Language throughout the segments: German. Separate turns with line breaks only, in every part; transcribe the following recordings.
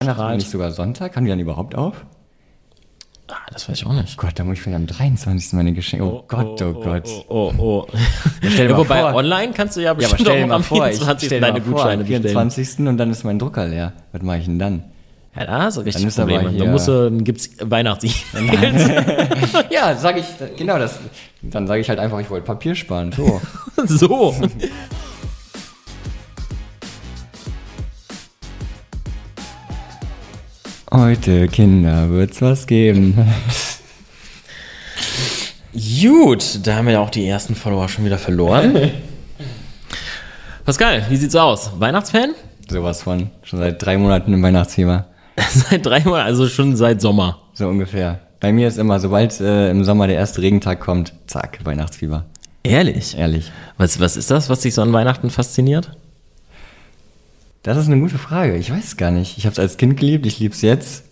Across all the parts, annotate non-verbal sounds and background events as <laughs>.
General.
Nicht sogar Sonntag? Haben die dann überhaupt auf? Oh
Ah, das weiß ich auch nicht.
Gott, da muss ich vielleicht am 23. meine Geschenke. Oh, Gott, oh, Gott.
Oh, oh, oh.
stell dir
Ja,
mal
wobei,
vor-
online kannst du ja
Ja, aber
bestimmt
stell dir
auch
mal
am
vor, ich
24.
stell dir
deine
mal vor, am
Gutscheine bestellen.
24. und dann ist mein Drucker leer. Was mache ich denn dann?
Ja, da hast du richtig
Dann ist aber
Probleme.
hier-
Dann, musst du, dann gibt's Weihnachts-E-Mails.
<laughs> Ja, sag ich, genau das. Dann sage ich halt einfach, ich wollte Papier sparen. So.
<laughs> so.
<laughs> Heute, Kinder, wird's was geben. <laughs>
Gut, da haben wir ja auch die ersten Follower schon wieder verloren. Pascal, wie sieht's aus? Weihnachtsfan? <laughs>
Sowas von. Schon seit drei Monaten im Weihnachtsthema.
seit drei Monaten, also schon seit Sommer.
So ungefähr. Bei mir ist immer, sobald äh, im Sommer der erste Regentag kommt, zack, Weihnachtsfieber.
Ehrlich?
Ehrlich.
Was, was ist das, was dich so an Weihnachten fasziniert?
Das ist eine gute Frage. Ich weiß es gar nicht. Ich habe es als Kind geliebt, ich liebe es jetzt.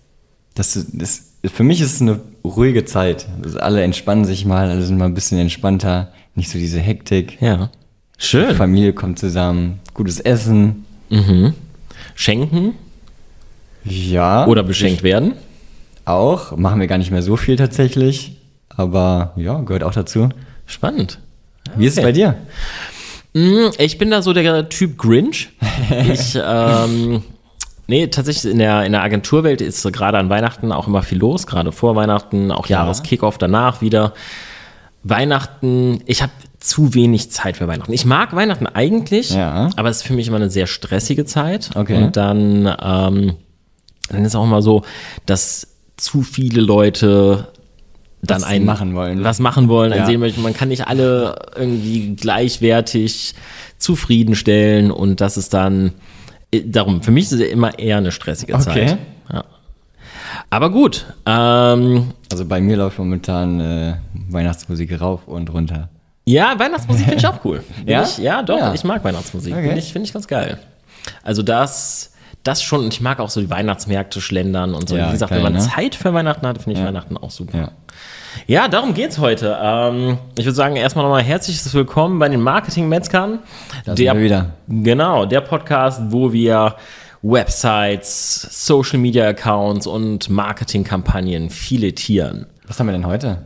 Das, das, für mich ist es eine ruhige Zeit. Also alle entspannen sich mal, alle sind mal ein bisschen entspannter. Nicht so diese Hektik.
Ja. Schön.
Familie kommt zusammen, gutes Essen.
Schenken
Ja.
oder beschenkt werden?
auch. Machen wir gar nicht mehr so viel tatsächlich. Aber ja, gehört auch dazu.
Spannend.
Wie ist es
Okay.
bei dir?
Hm, Ich bin da so der Typ Grinch.
<laughs>
Ich, ähm, nee, tatsächlich in der, in der Agenturwelt ist so gerade an Weihnachten auch immer viel los, gerade vor Weihnachten, auch Jahreskick-Off danach wieder. Weihnachten, ich habe zu wenig Zeit für Weihnachten. Ich mag Weihnachten eigentlich,
Ja.
aber es ist für mich immer eine sehr stressige Zeit.
Okay.
Und dann, ähm, dann ist auch immer so, dass zu viele Leute dann
Was
einen
machen wollen.
Was machen wollen, einen
Ja.
sehen möchten. Man kann nicht alle irgendwie gleichwertig zufriedenstellen und das ist dann äh, darum. Für mich ist es immer eher eine stressige Zeit. Ja. Aber gut, ähm,
Also bei mir läuft momentan äh, Weihnachtsmusik rauf und runter.
Ja, Weihnachtsmusik finde ich
<laughs>
auch cool. Bin
Ja?
Ich, ja, doch,
Ja.
ich mag Weihnachtsmusik.
Okay.
Finde ich, find ich ganz geil. Also das, das schon, und ich mag auch so die Weihnachtsmärkte schlendern und so.
Ja,
Wie gesagt,
geil,
wenn man
ne?
Zeit für Weihnachten hat, finde ich Weihnachten auch super.
Ja.
Ja, darum geht's heute. Ähm, ich würde sagen, erstmal nochmal herzliches Willkommen bei den Marketing-Metzgern.
sind wir wieder.
Genau, der Podcast, wo wir Websites, Social Media Accounts und Marketingkampagnen filetieren.
Was haben wir denn heute?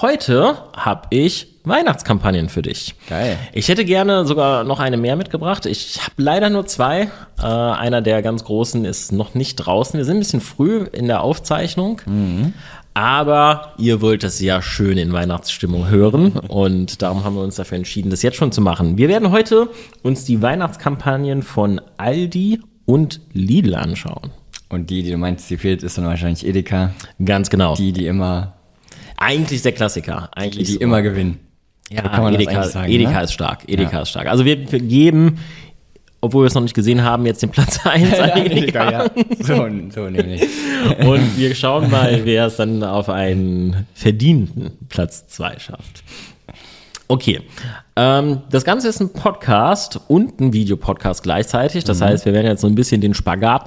Heute habe ich Weihnachtskampagnen für dich.
Geil.
Ich hätte gerne sogar noch eine mehr mitgebracht. Ich habe leider nur zwei. Äh, einer der ganz großen ist noch nicht draußen. Wir sind ein bisschen früh in der Aufzeichnung.
Mhm.
Aber ihr wollt es ja schön in Weihnachtsstimmung hören und darum haben wir uns dafür entschieden, das jetzt schon zu machen. Wir werden heute uns die Weihnachtskampagnen von Aldi und Lidl anschauen.
Und die, die du meinst, die fehlt, ist dann wahrscheinlich Edeka.
Ganz genau.
Die, die immer,
Eigentlich der Klassiker.
die,
Eigentlich
die immer gewinnen.
Ja,
So kann man das
Edeka,
eigentlich sagen,
Edeka
ne?
ist stark. Edeka ist stark. Also wir, wir geben, obwohl wir es noch nicht gesehen haben, jetzt
<laughs>
den Platz 1 an Edeka.
ja. genau. So, so nämlich.
Und wir schauen mal, wer es dann auf einen verdienten Platz 2 schafft. Okay. Ähm, das Ganze ist ein Podcast und ein Videopodcast gleichzeitig.
Mhm.
Das heißt, wir werden jetzt so ein bisschen den Spagat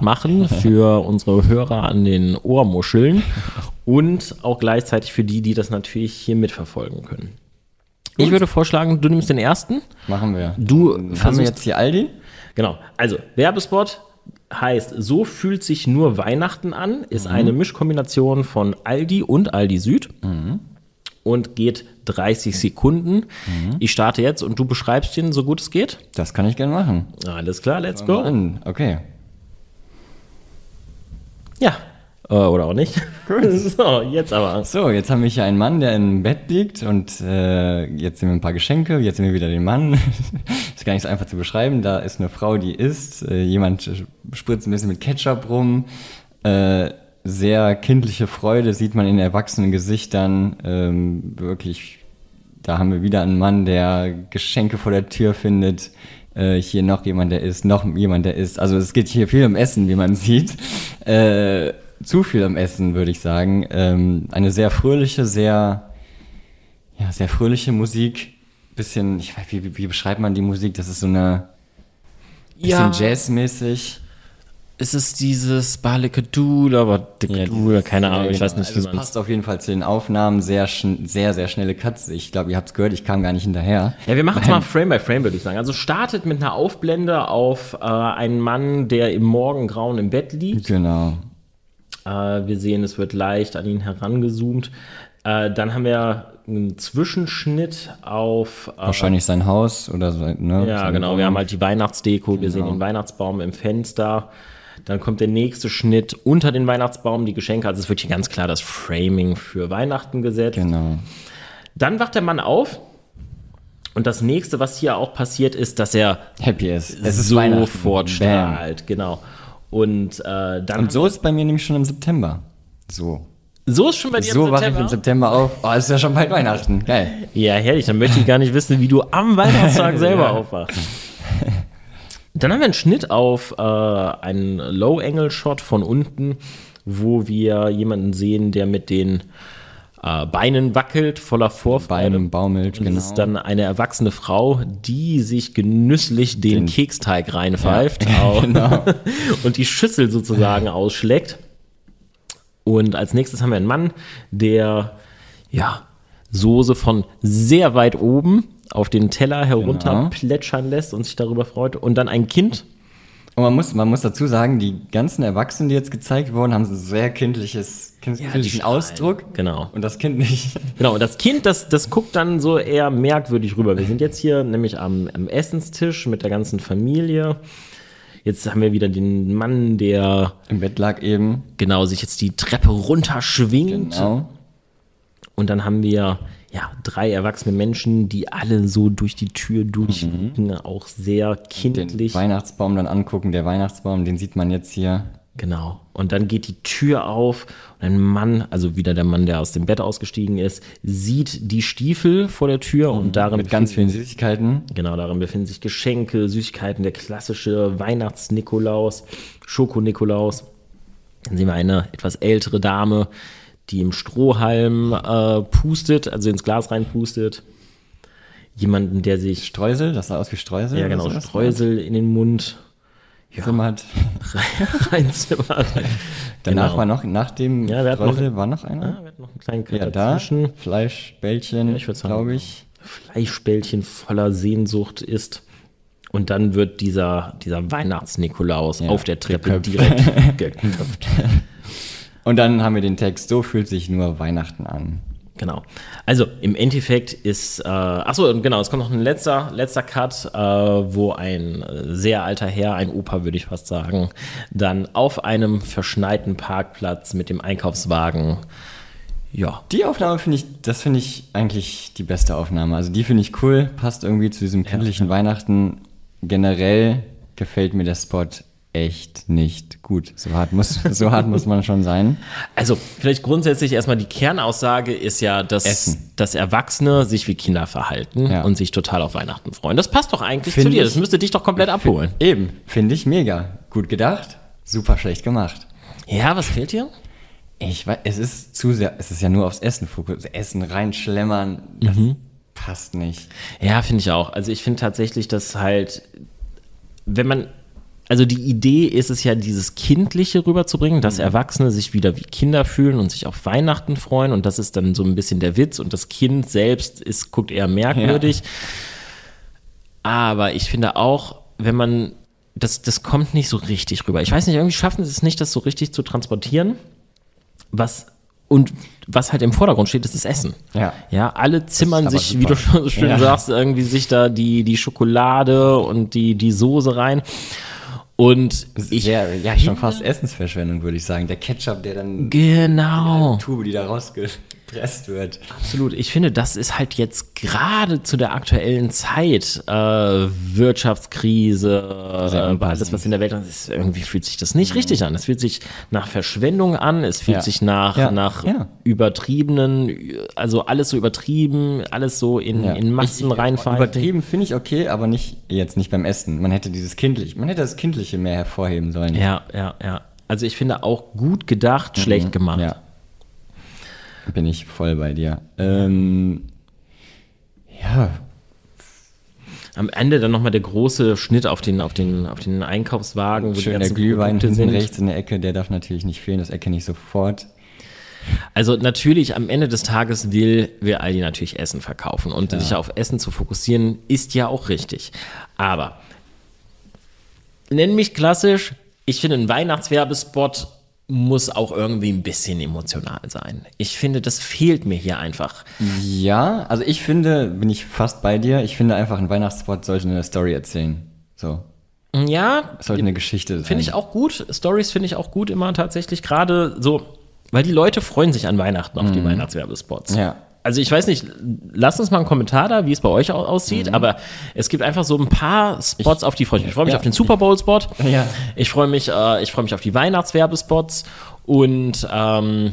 <laughs>
machen für unsere Hörer an den Ohrmuscheln und auch gleichzeitig für die, die das natürlich hier mitverfolgen können. Ich würde vorschlagen, du nimmst den ersten.
Machen wir.
Du
haben wir
versuchst-
jetzt hier Aldi?
Genau. Also, Werbespot heißt, so fühlt sich nur Weihnachten an, ist eine Mischkombination von Aldi und Aldi Süd und geht 30 Sekunden. Ich starte jetzt und du beschreibst ihn so gut es geht.
Das kann ich gerne machen.
Alles klar, let's go.
An. Okay.
Ja. Äh, oder auch nicht. <laughs> so, jetzt aber.
So, jetzt haben wir hier einen Mann, der im Bett liegt und äh, jetzt sehen wir ein paar Geschenke, jetzt sehen wir wieder den Mann. <laughs> ist gar nicht so einfach zu beschreiben. Da ist eine Frau, die isst, äh, jemand spritzt ein bisschen mit Ketchup rum. Äh, sehr kindliche Freude sieht man in erwachsenen Gesichtern. Ähm, wirklich, da haben wir wieder einen Mann, der Geschenke vor der Tür findet. Äh, hier noch jemand, der isst, noch jemand, der isst. Also es geht hier viel um Essen, wie man <laughs> sieht. Äh, zu viel am Essen, würde ich sagen. Ähm, eine sehr fröhliche, sehr, ja, sehr fröhliche Musik. Bisschen, ich weiß, wie, wie- wie beschreibt man die Musik? Das ist so eine bisschen
Ja.
jazzmäßig.
ist es dieses Balekadul, aber Dikadul, keine Ahnung, ich weiß nicht,
also
wie
es
man
passt auf jeden Fall zu den Aufnahmen. Sehr, schn- sehr, sehr schnelle Cuts. Ich glaube, ihr habt es gehört, ich kam gar nicht hinterher.
Ja, wir machen es mal Frame by Frame, würde ich sagen. Also startet mit einer Aufblende auf äh, einen Mann, der im Morgengrauen im Bett liegt.
Genau.
Äh, wir sehen, es wird leicht an ihn herangezoomt. Äh, dann haben wir einen Zwischenschnitt auf. Äh,
Wahrscheinlich sein Haus oder sein, ne?
ja,
sein
genau. Wir haben halt die Weihnachtsdeko, wir sehen den Weihnachtsbaum im Fenster. Dann kommt der nächste Schnitt unter den Weihnachtsbaum, die Geschenke. Also es wird hier ganz klar das Framing für Weihnachten gesetzt.
Genau.
Dann wacht der Mann auf. Und das nächste, was hier auch passiert, ist, dass er
Happy ist. Es ist Weihnachten.
sofort
Bam.
strahlt. Genau. Und äh, dann.
Und so ist bei mir nämlich schon im September. So.
so ist schon bei dir
So
im
wache ich
September.
im September auf. Oh, ist ja schon bald Weihnachten. Geil.
Ja, herrlich. Dann möchte ich gar nicht wissen, wie du am Weihnachtstag selber
Ja.
aufwachst. Dann haben wir einen Schnitt auf äh, einen Low-Angle-Shot von unten, wo wir jemanden sehen, der mit den äh, Beinen wackelt, voller Vorfreude.
Beim baumelt,
Und
genau.
Das ist dann eine erwachsene Frau, die sich genüsslich den, Keksteig
<laughs>
reinpfeift au-
genau.
<laughs> und die Schüssel sozusagen ausschlägt. Und als nächstes haben wir einen Mann, der ja, Soße von sehr weit oben auf den Teller herunter
Genau.
plätschern lässt und sich darüber freut. Und dann ein Kind.
Und man muss, man muss dazu sagen, die ganzen Erwachsenen, die jetzt gezeigt wurden, haben so ein sehr kindliches, kind- kindlichen
strahlen.
Ausdruck.
Genau.
Und das Kind nicht. <laughs>
Genau, und das Kind, das, das guckt dann so eher merkwürdig rüber. Wir sind jetzt hier nämlich am, am Essenstisch mit der ganzen Familie. Jetzt haben wir wieder den Mann, der
Im Bett lag eben.
genau sich jetzt die Treppe runterschwingt.
Genau.
Und dann haben wir ja drei erwachsene Menschen, die alle so durch die Tür durchgucken, auch sehr
Mhm. Den
kindlich.
Weihnachtsbaum dann angucken. Der Weihnachtsbaum, den sieht man jetzt hier.
Genau. Und dann geht die Tür auf und ein Mann, also wieder der Mann, der aus dem Bett ausgestiegen ist, sieht die Stiefel vor der Tür und darin
Mhm. Mit ganz vielen Süßigkeiten.
Genau, darin befinden sich Geschenke, Süßigkeiten, der klassische Weihnachts-Nikolaus, Schoko-Nikolaus. Dann sehen wir eine etwas ältere Dame, die im Strohhalm äh, pustet, also ins Glas reinpustet. Jemanden, der sich
Streusel, das sah aus wie Streusel.
ja,
oder
genau,
sowas. ne?
Streusel in den Mund <laughs>
Zimmert.
reinzimmert.
Danach
Genau.
war noch, nach dem
Ja, wir hatten
Streusel war noch
Ja,
einer.
wir hatten noch einen kleinen Cut
Ja, da.
dazwischen.
Fleischbällchen,
ich würd sagen, genau.
glaube ich.
Fleischbällchen voller Sehnsucht ist. Und dann wird dieser, dieser Weihnachts-Nikolaus auf der
<laughs>
Treppe direkt geköpft.
Und dann haben wir den Text, so fühlt sich nur Weihnachten an.
Genau. Also im Endeffekt ist, äh, achso, und genau, es kommt noch ein letzter, letzter Cut, äh, wo ein äh, sehr alter Herr, ein Opa würde ich fast sagen, dann auf einem verschneiten Parkplatz mit dem Einkaufswagen, ja,
Die Aufnahme finde ich, das finde ich eigentlich die beste Aufnahme. Also die finde ich cool, passt irgendwie zu diesem kindlichen Weihnachten. Generell gefällt mir der Spot echt nicht gut. So hart muss, <laughs> so hart muss man schon sein.
Also, vielleicht grundsätzlich erstmal die Kernaussage ist ja, dass,
Essen.
dass Erwachsene sich wie Kinder verhalten
Ja.
und sich total auf Weihnachten freuen. Das passt doch eigentlich
Finde
zu dir.
ich-
Das müsste dich doch komplett abholen.
Eben, finde ich mega. Gut gedacht, super schlecht gemacht.
Ja, was fehlt dir?
Ich weiß, es ist zu sehr, es ist ja nur aufs Essen fokussiert. Essen reinschlemmern, das
Mhm.
passt nicht.
Ja, finde ich auch. Also, ich finde tatsächlich, dass halt, wenn man. Also die Idee ist es ja, dieses Kindliche rüberzubringen, dass Erwachsene sich wieder wie Kinder fühlen und sich auf Weihnachten freuen. Und das ist dann so ein bisschen der Witz. Und das Kind selbst ist, guckt eher merkwürdig. Aber ich finde auch, wenn man, das, das kommt nicht so richtig rüber. Ich weiß nicht, irgendwie schaffen sie es nicht, das so richtig zu transportieren. Was, und was halt im Vordergrund steht, ist das Essen.
Ja.
Ja, alle zimmern
aber
sich,
super.
wie du schon so schön
Ja.
sagst, irgendwie sich da die, die Schokolade und die, die Soße rein. Und ich,
ja, ja, schon fast Essensverschwendung, würde ich sagen. Der Ketchup, der dann
genau.
Tube, die da rausgepresst wird.
Absolut. Ich finde, das ist halt jetzt gerade zu der aktuellen Zeit äh, Wirtschaftskrise, äh,
Sehr unpassend.
alles was in der Welt ist. Irgendwie fühlt sich das nicht richtig an. Es fühlt sich nach Verschwendung an. Es fühlt
Ja.
sich nach
Ja.
nach
Ja.
übertriebenen, also alles so übertrieben, alles so in, in Massen reinfallen.
Übertrieben finde ich okay, aber nicht jetzt nicht beim Essen. Man hätte dieses kindlich, man hätte das kindliche mehr hervorheben sollen.
Ja, ja, ja. Also ich finde auch gut gedacht, schlecht gemacht.
Mhm. Ja. Bin ich voll bei dir. Ähm, ja,
am Ende dann nochmal der große Schnitt auf den, auf den, auf den Einkaufswagen,
Schön der Glühwein hinten rechts in der Ecke, der darf natürlich nicht fehlen, das erkenne ich sofort.
Also natürlich, am Ende des Tages will, will Aldi natürlich Essen verkaufen. Und sich auf Essen zu fokussieren, ist ja auch richtig. Aber nenn mich klassisch, ich finde, ein Weihnachtswerbespot muss auch irgendwie ein bisschen emotional sein. Ich finde, das fehlt mir hier einfach.
Ja, also ich finde, bin ich fast bei dir, ich finde einfach, ein Weihnachtsspot sollte eine Story erzählen. So,
Ja,
es sollte eine Geschichte sein.
Finde ich auch gut. Stories finde ich auch gut immer tatsächlich. Gerade so, weil die Leute freuen sich an Weihnachten auf die Weihnachtswerbespots.
Mhm. Ja.
Also ich weiß nicht, lasst uns mal einen Kommentar da, wie es bei euch au- aussieht,
Mhm.
aber es gibt einfach so ein paar Spots, auf die freue ich mich. Ich freue mich
Ja.
auf den Super Bowl-Spot.
Ja.
Ich freue mich, äh, ich freue mich auf die Weihnachtswerbespots und ähm,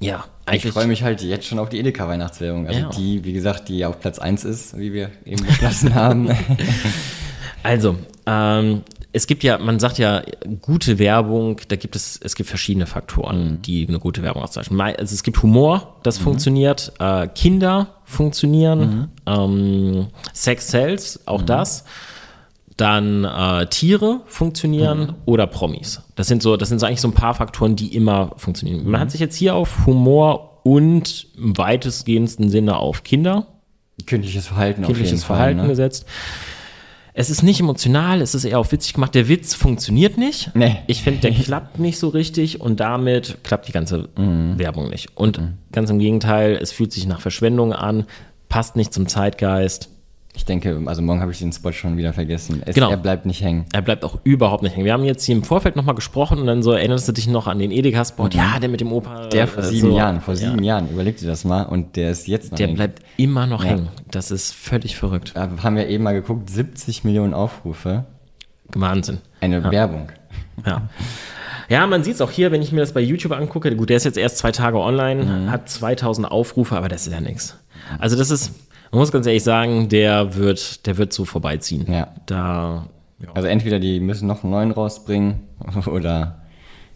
ja,
Ich
eigentlich.
freue mich halt jetzt schon auf die Edeka-Weihnachtswerbung. Also
Ja.
die, wie gesagt, die auf Platz 1 ist, wie wir eben beschlossen
<laughs>
haben.
Also, ähm, es gibt ja, man sagt ja, gute Werbung, da gibt es, es gibt verschiedene Faktoren, die eine gute Werbung auszeichnen. Mei- Also es gibt Humor, das funktioniert, äh, Kinder funktionieren, ähm, Sex Sales, auch das. Dann äh, Tiere funktionieren oder Promis. Das sind so, das sind so eigentlich so ein paar Faktoren, die immer funktionieren. Man hat sich jetzt hier auf Humor und im weitestgehendsten Sinne auf Kinder
Kindliches Verhalten
kindliches
auf jeden Fall. ne?
Verhalten gesetzt. Es ist nicht emotional, es ist eher auf witzig gemacht. Der Witz funktioniert nicht.
Nee.
Ich finde, der klappt nicht so richtig und damit klappt die ganze
Mhm.
Werbung nicht. Und ganz im Gegenteil, es fühlt sich nach Verschwendung an, passt nicht zum Zeitgeist.
Ich denke, also morgen habe ich den Spot schon wieder vergessen. Es,
Genau.
Er bleibt nicht hängen.
Er bleibt auch überhaupt nicht hängen. Wir haben jetzt hier im Vorfeld nochmal gesprochen und dann so erinnerst du dich noch an den Edeka-Spot. Ja, der mit dem Opa.
Mhm. Der vor
äh,
sieben
so.
Jahren, vor sieben Jahren, überleg dir das mal. Und der ist jetzt noch
Der
hängen.
bleibt immer noch hängen. Das ist völlig verrückt.
Da haben wir eben mal geguckt, 70 Millionen Aufrufe.
Wahnsinn.
Eine Werbung.
Ja. Ja, man sieht es auch hier, wenn ich mir das bei YouTube angucke. Gut, der ist jetzt erst zwei Tage online,
Mhm.
hat 2000 Aufrufe, aber das ist ja nichts. Also das ist, man muss ganz ehrlich sagen, der wird, der wird so vorbeiziehen.
Ja.
Da, ja.
Also entweder die müssen noch einen neuen rausbringen <laughs> oder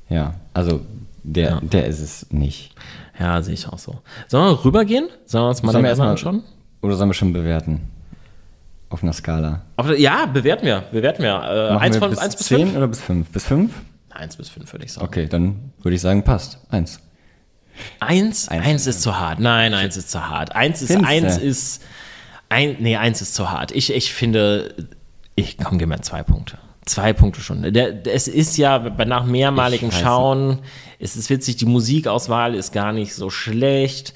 ja, also der,
Ja.
der ist es nicht.
ja, sehe ich auch so. Sollen wir rübergehen? Sollen wir uns mal
Sollen
den
wir
anderen
erstmal
anschauen?
Oder sollen wir schon bewerten? Auf einer Skala.
Auf, ja, bewerten wir, bewerten wir. Äh,
Machen
eins
wir
von
bis
eins bis
10
fünf?
oder bis 5? Bis 5?
Eins bis fünf würde ich sagen.
Okay, dann würde ich sagen, passt. Eins.
Eins, eins, ist zu hart. Nein, eins ist zu hart. Eins ist,
Findste.
eins ist, ein, nee, eins ist zu hart. Ich, ich finde, ich komm, gib mir zwei Punkte. Zwei Punkte schon. Der, der, es ist ja bei- nach mehrmaligem
Ich weiß
Schauen, es ist witzig, die Musikauswahl ist gar nicht so schlecht.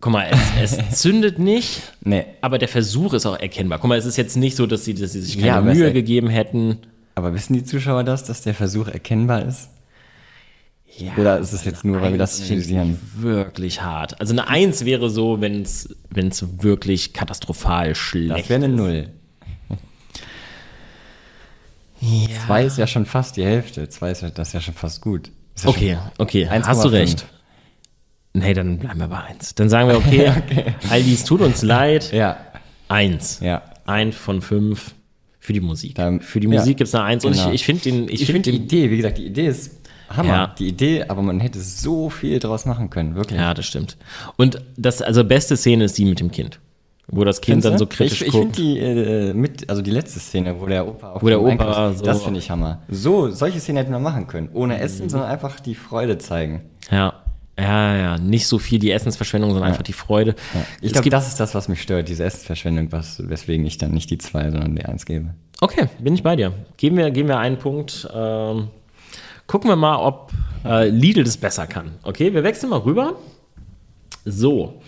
Guck mal, es,
<laughs>
es zündet nicht,
Nee,
aber der Versuch ist auch erkennbar. Guck mal, es ist jetzt nicht so, dass sie, dass sie sich keine
Ja, aber es
Mühe
er-
gegeben hätten.
aber wissen die Zuschauer das, dass der Versuch erkennbar ist?
Ja,
Oder ist es jetzt nur, weil wir das
Eins finde ich
stilisieren?
Wirklich hart. Also eine Eins wäre so, wenn es wirklich katastrophal
Das
schlecht
wäre eine Null.
Ja.
Zwei ist ja schon fast die Hälfte. Zwei ist ja, das ist ja schon fast gut. Ist ja
Okay, okay,
1,5.
hast du recht. Nee, dann bleiben wir bei Eins. Dann sagen
<laughs>
wir, okay, Aldi, es tut uns leid.
Schon, ja,
Eins.
ja.
Eins von fünf für die Musik.
Dann-
für die
ja.
Musik gibt es eine Eins.
Genau.
Und ich, ich finde den, ich
Ich,
find
finde die
den,
Idee, wie gesagt, die Idee ist Hammer.
Ja.
Die Idee, aber man hätte so viel draus machen können, wirklich.
ja, das stimmt. Und das, also beste Szene ist die mit dem Kind. Wo das Kind
Findest
dann
du?
so kritisch
Ich, ich
guckt.
finde die äh, mit, also die letzte Szene, wo der Opa auf
Wo der
dem
Opa
Einkaufs-
so-
das finde ich Hammer. So, solche Szenen hätten wir machen können, ohne
Mhm.
Essen, sondern einfach die Freude zeigen.
Ja, ja, ja. Nicht so viel die Essensverschwendung, sondern einfach die Freude.
Ich
Es
glaube,
gibt-
das ist das, was mich stört, diese Essensverschwendung, was, weswegen ich dann nicht die zwei, sondern die eins gebe.
Okay, bin ich bei dir. Geben wir, geben wir einen Punkt. Ähm, gucken wir mal, ob äh, Lidl das besser kann. Okay, wir wechseln mal rüber. So,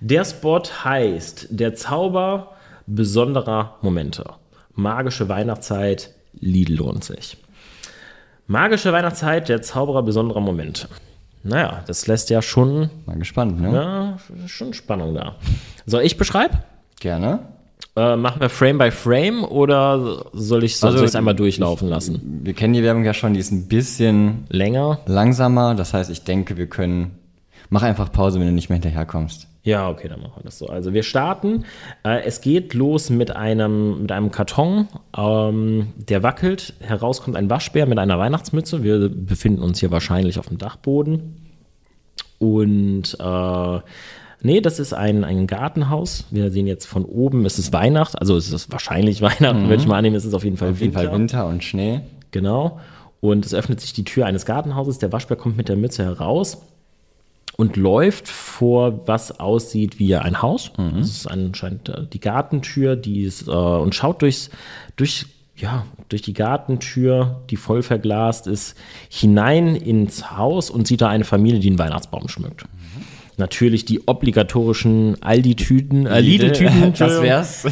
der Spot heißt Der Zauber besonderer Momente. Magische Weihnachtszeit, Lidl lohnt sich. Magische Weihnachtszeit, der Zauberer besonderer Momente. Naja, das lässt ja schon,
Mal gespannt, ne?
ja, schon Spannung da. Soll ich beschreiben?
Gerne.
Äh, machen wir Frame by Frame oder soll ich es
Also,
einmal durchlaufen lassen?
Wir kennen die Werbung ja schon, die ist ein bisschen
Länger?
langsamer. Das heißt, ich denke, wir können. Mach einfach Pause, wenn du nicht mehr hinterherkommst.
Ja, okay, dann machen wir das so. Also wir starten. Äh, es geht los mit einem, mit einem Karton, ähm, der wackelt. Heraus kommt ein Waschbär mit einer Weihnachtsmütze. Wir befinden uns hier wahrscheinlich auf dem Dachboden. Und äh, Nee, das ist ein, ein Gartenhaus. Wir sehen jetzt von oben, es ist Weihnacht, also es ist wahrscheinlich <laughs> Weihnachten, würde ich mal annehmen, es ist auf jeden Fall
Mhm. Auf jeden Fall Winter und Schnee.
Genau. Und es öffnet sich die Tür eines Gartenhauses. Der Waschbär kommt mit der Mütze heraus und läuft vor, was aussieht wie ein Haus. Das ist anscheinend äh, die Gartentür, die ist, äh, und schaut durchs, durch, ja, durch die Gartentür, die voll verglast ist, hinein ins Haus und sieht da eine Familie, die einen Weihnachtsbaum schmückt. Natürlich die obligatorischen Aldi-Tüten, äh, <laughs> Lidl-Tüten,
<laughs> das wär's.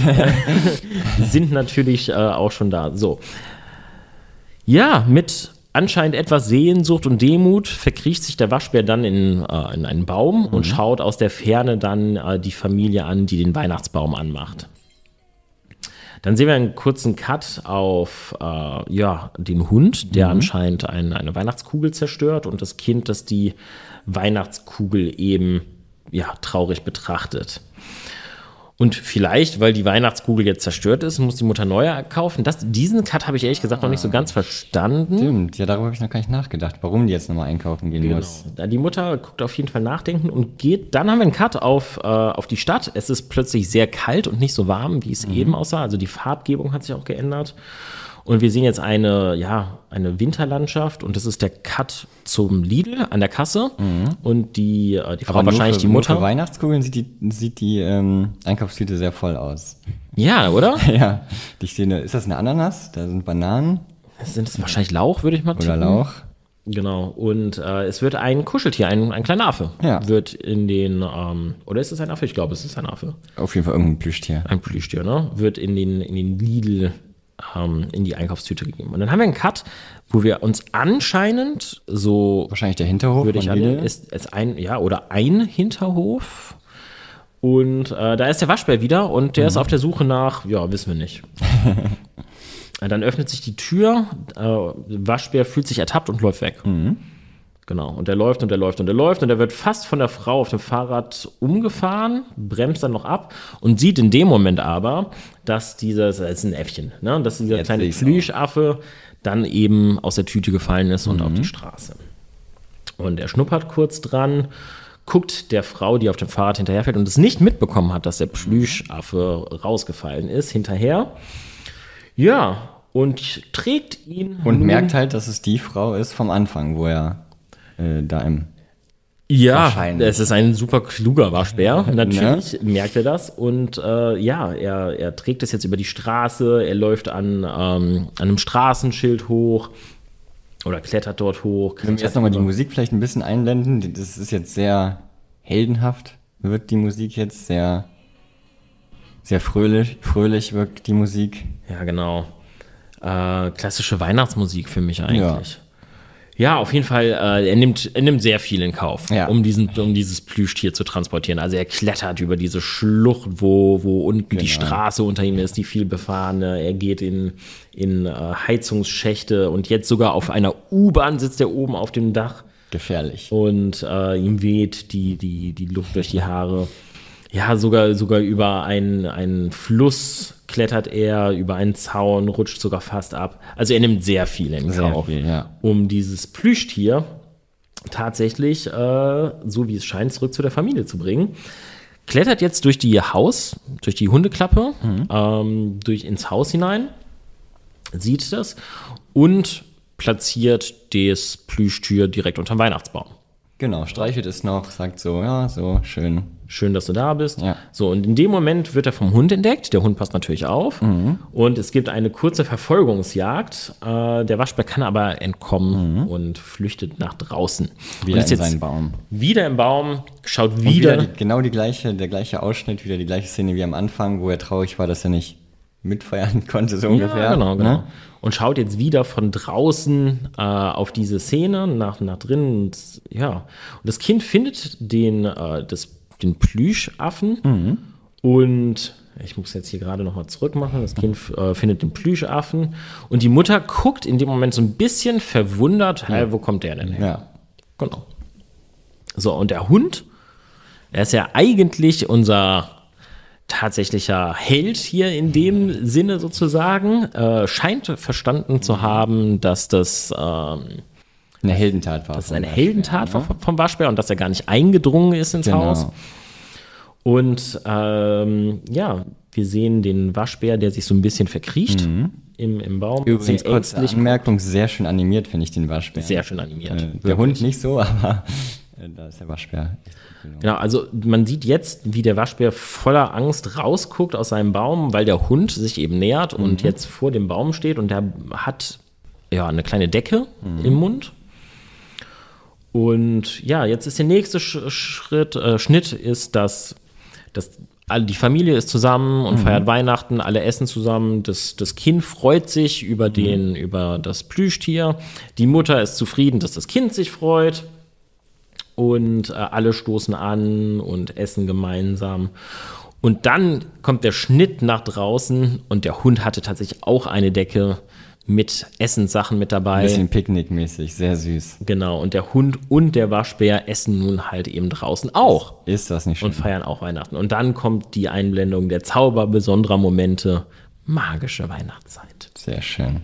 <laughs> sind natürlich äh, auch schon da. So. Ja, mit anscheinend etwas Sehnsucht und Demut verkriecht sich der Waschbär dann in, äh, in einen Baum und schaut aus der Ferne dann äh, die Familie an, die den Weihnachtsbaum anmacht. Dann sehen wir einen kurzen Cut auf äh, ja, den Hund, der anscheinend ein, eine Weihnachtskugel zerstört und das Kind, das die Weihnachtskugel eben ja, traurig betrachtet. Und vielleicht, weil die Weihnachtskugel jetzt zerstört ist, muss die Mutter neue kaufen. Das, diesen Cut habe ich ehrlich gesagt noch nicht so ganz verstanden.
Stimmt, ja, darüber habe ich noch gar nicht nachgedacht, warum die jetzt nochmal einkaufen gehen
Genau.
muss.
Da Die Mutter guckt auf jeden Fall nachdenken und geht. Dann haben wir einen Cut auf, äh, auf die Stadt. Es ist plötzlich sehr kalt und nicht so warm, wie
Mhm.
es eben aussah. Also die Farbgebung hat sich auch geändert. Und wir sehen jetzt eine, ja, eine Winterlandschaft und das ist der Cut zum Lidl an der Kasse. Und die, äh, die Frau,
Mhm. nur
wahrscheinlich
für,
die
nur
Mutter.
Für Weihnachtskugeln sieht die, sieht die ähm, Einkaufstüte sehr voll aus. <laughs>
ja, oder?
ja, ich sehe, eine, ist das eine Ananas? Da sind Bananen
Sind es wahrscheinlich Lauch, würde ich mal
oder
tippen.
Lauch.
Genau, und äh, es wird ein Kuscheltier, ein, ein kleiner Affe,
Ja.
wird in den, ähm, oder ist es ein Affe? Ich glaube, es ist ein Affe.
Auf jeden Fall irgendein Plüschtier.
Ein Plüschtier, ne? Wird in den, in den Lidl, ähm, in die Einkaufstüte gegeben. Und dann haben wir einen Cut, wo wir uns anscheinend, so
Wahrscheinlich der Hinterhof.
würde ich
von
annehmen,
Lidl.
ist es ein, ja, oder ein Hinterhof. Und äh, da ist der Waschbär wieder und der ist auf der Suche nach, ja, wissen wir nicht. Äh, Dann öffnet sich die Tür, äh, Waschbär fühlt sich ertappt und läuft weg. Genau, und er läuft und er läuft und er läuft und er wird fast von der Frau auf dem Fahrrad umgefahren, bremst dann noch ab und sieht in dem Moment aber, dass dieses, das ist ein Äffchen, ne? dass dieser
Jetzt
kleine
seh's auch.
Plüschaffe dann eben aus der Tüte gefallen ist und auf
Mhm.
die Straße. Und er schnuppert kurz dran, guckt der Frau, die auf dem Fahrrad hinterherfährt und es nicht mitbekommen hat, dass der Plüschaffe rausgefallen ist, hinterher. Ja, und trägt ihn.
Und
nun-
merkt halt, dass es die Frau ist vom Anfang, wo er äh, da im.
Ja,
Wahrscheinlich.
es ist ein super kluger Waschbär. Natürlich merkt er das. Und äh, ja, er, er trägt es jetzt über die Straße, er läuft an, ähm, an einem Straßenschild hoch oder klettert dort hoch.
Können wir jetzt nochmal die Musik vielleicht ein bisschen einblenden? Die- Das ist jetzt sehr heldenhaft, wirkt die Musik jetzt sehr. Sehr fröhlich, fröhlich wirkt die Musik.
Ja, genau. Äh, klassische Weihnachtsmusik für mich eigentlich. Ja, auf jeden Fall, äh, er, nimmt, er nimmt sehr viel in Kauf,
Ja.
um, diesen, um dieses Plüschtier zu transportieren. Also er klettert über diese Schlucht, wo, wo unten die Straße unter ihm ist, die viel befahrene. Er geht in, in äh, Heizungsschächte und jetzt sogar auf einer U-Bahn sitzt er oben auf dem Dach
Gefährlich.
und äh, ihm weht die, die, die Luft durch die Haare. Ja, sogar, sogar über einen, einen Fluss klettert er, über einen Zaun, rutscht sogar fast ab. Also er nimmt sehr viel in
Sehr
Kauf,
viel, ja.
um dieses Plüschtier tatsächlich, äh, so wie es scheint, zurück zu der Familie zu bringen. Klettert jetzt durch die Haus, durch die Hundeklappe, ähm, durch ins Haus hinein sieht das und platziert das Plüschtier direkt unterm Weihnachtsbaum.
Genau, streichelt es noch, sagt so, ja, so, schön.
Schön, dass du da bist.
Ja.
So, und in dem Moment wird er vom Hund entdeckt. Der Hund passt natürlich auf.
Mhm.
Und es gibt eine kurze Verfolgungsjagd. Äh, der Waschbär kann aber entkommen und flüchtet nach draußen.
Mhm. Wieder
und ist
in
jetzt
seinen Baum.
wieder im Baum, schaut
Und
wieder.
die, genau die gleiche, der gleiche Ausschnitt, wieder die gleiche Szene wie am Anfang, wo er traurig war, dass er nicht mitfeiern <laughs> konnte, so ungefähr.
Ja, genau, genau.
Ne?
Und schaut jetzt wieder von draußen äh, auf diese Szene nach, nach drinnen. Und, ja. Und das Kind findet den, äh, das, den Plüschaffen und ich muss jetzt hier gerade nochmal zurückmachen. Das Kind äh, findet den Plüschaffen und die Mutter guckt in dem Moment so ein bisschen verwundert, hey, wo kommt der denn her?
Ja.
Genau. So, und der Hund, er ist ja eigentlich unser tatsächlicher Held hier in dem Sinne sozusagen, äh, scheint verstanden zu haben, dass das ähm,
Eine Heldentat war. es.
eine Heldentat vom, vom Waschbär und dass er gar nicht eingedrungen ist ins
ne? Genau.
Haus. Und ähm, ja, wir sehen den Waschbär, der sich so ein bisschen verkriecht im, im Baum.
Mhm. Übrigens
Sehr
kurz
ängstlich.
Anmerkung, sehr schön animiert finde ich den Waschbär.
Sehr schön animiert.
Äh, der Hund nicht so, <laughs> aber äh, da ist der Waschbär.
Genau, also man sieht jetzt, wie der Waschbär voller Angst rausguckt aus seinem Baum, weil der Hund sich eben nähert und jetzt vor dem Baum steht und der hat ja eine kleine Decke im Mund. Und ja, jetzt ist der nächste Sch Schritt, äh, Schnitt ist, dass, dass alle, die Familie ist zusammen
Mhm.
und feiert Weihnachten, alle essen zusammen, das, das Kind freut sich
Mhm.
über den, über das Plüschtier, die Mutter ist zufrieden, dass das Kind sich freut und äh, alle stoßen an und essen gemeinsam. Und dann kommt der Schnitt nach draußen und der Hund hatte tatsächlich auch eine Decke mit Essenssachen mit dabei.
Ein bisschen picknickmäßig, sehr süß.
Genau, und der Hund und der Waschbär essen nun halt eben draußen auch
Ist das nicht schön?
und feiern auch Weihnachten. Und dann kommt die Einblendung der Zauber besonderer Momente, magische Weihnachtszeit.
Sehr schön.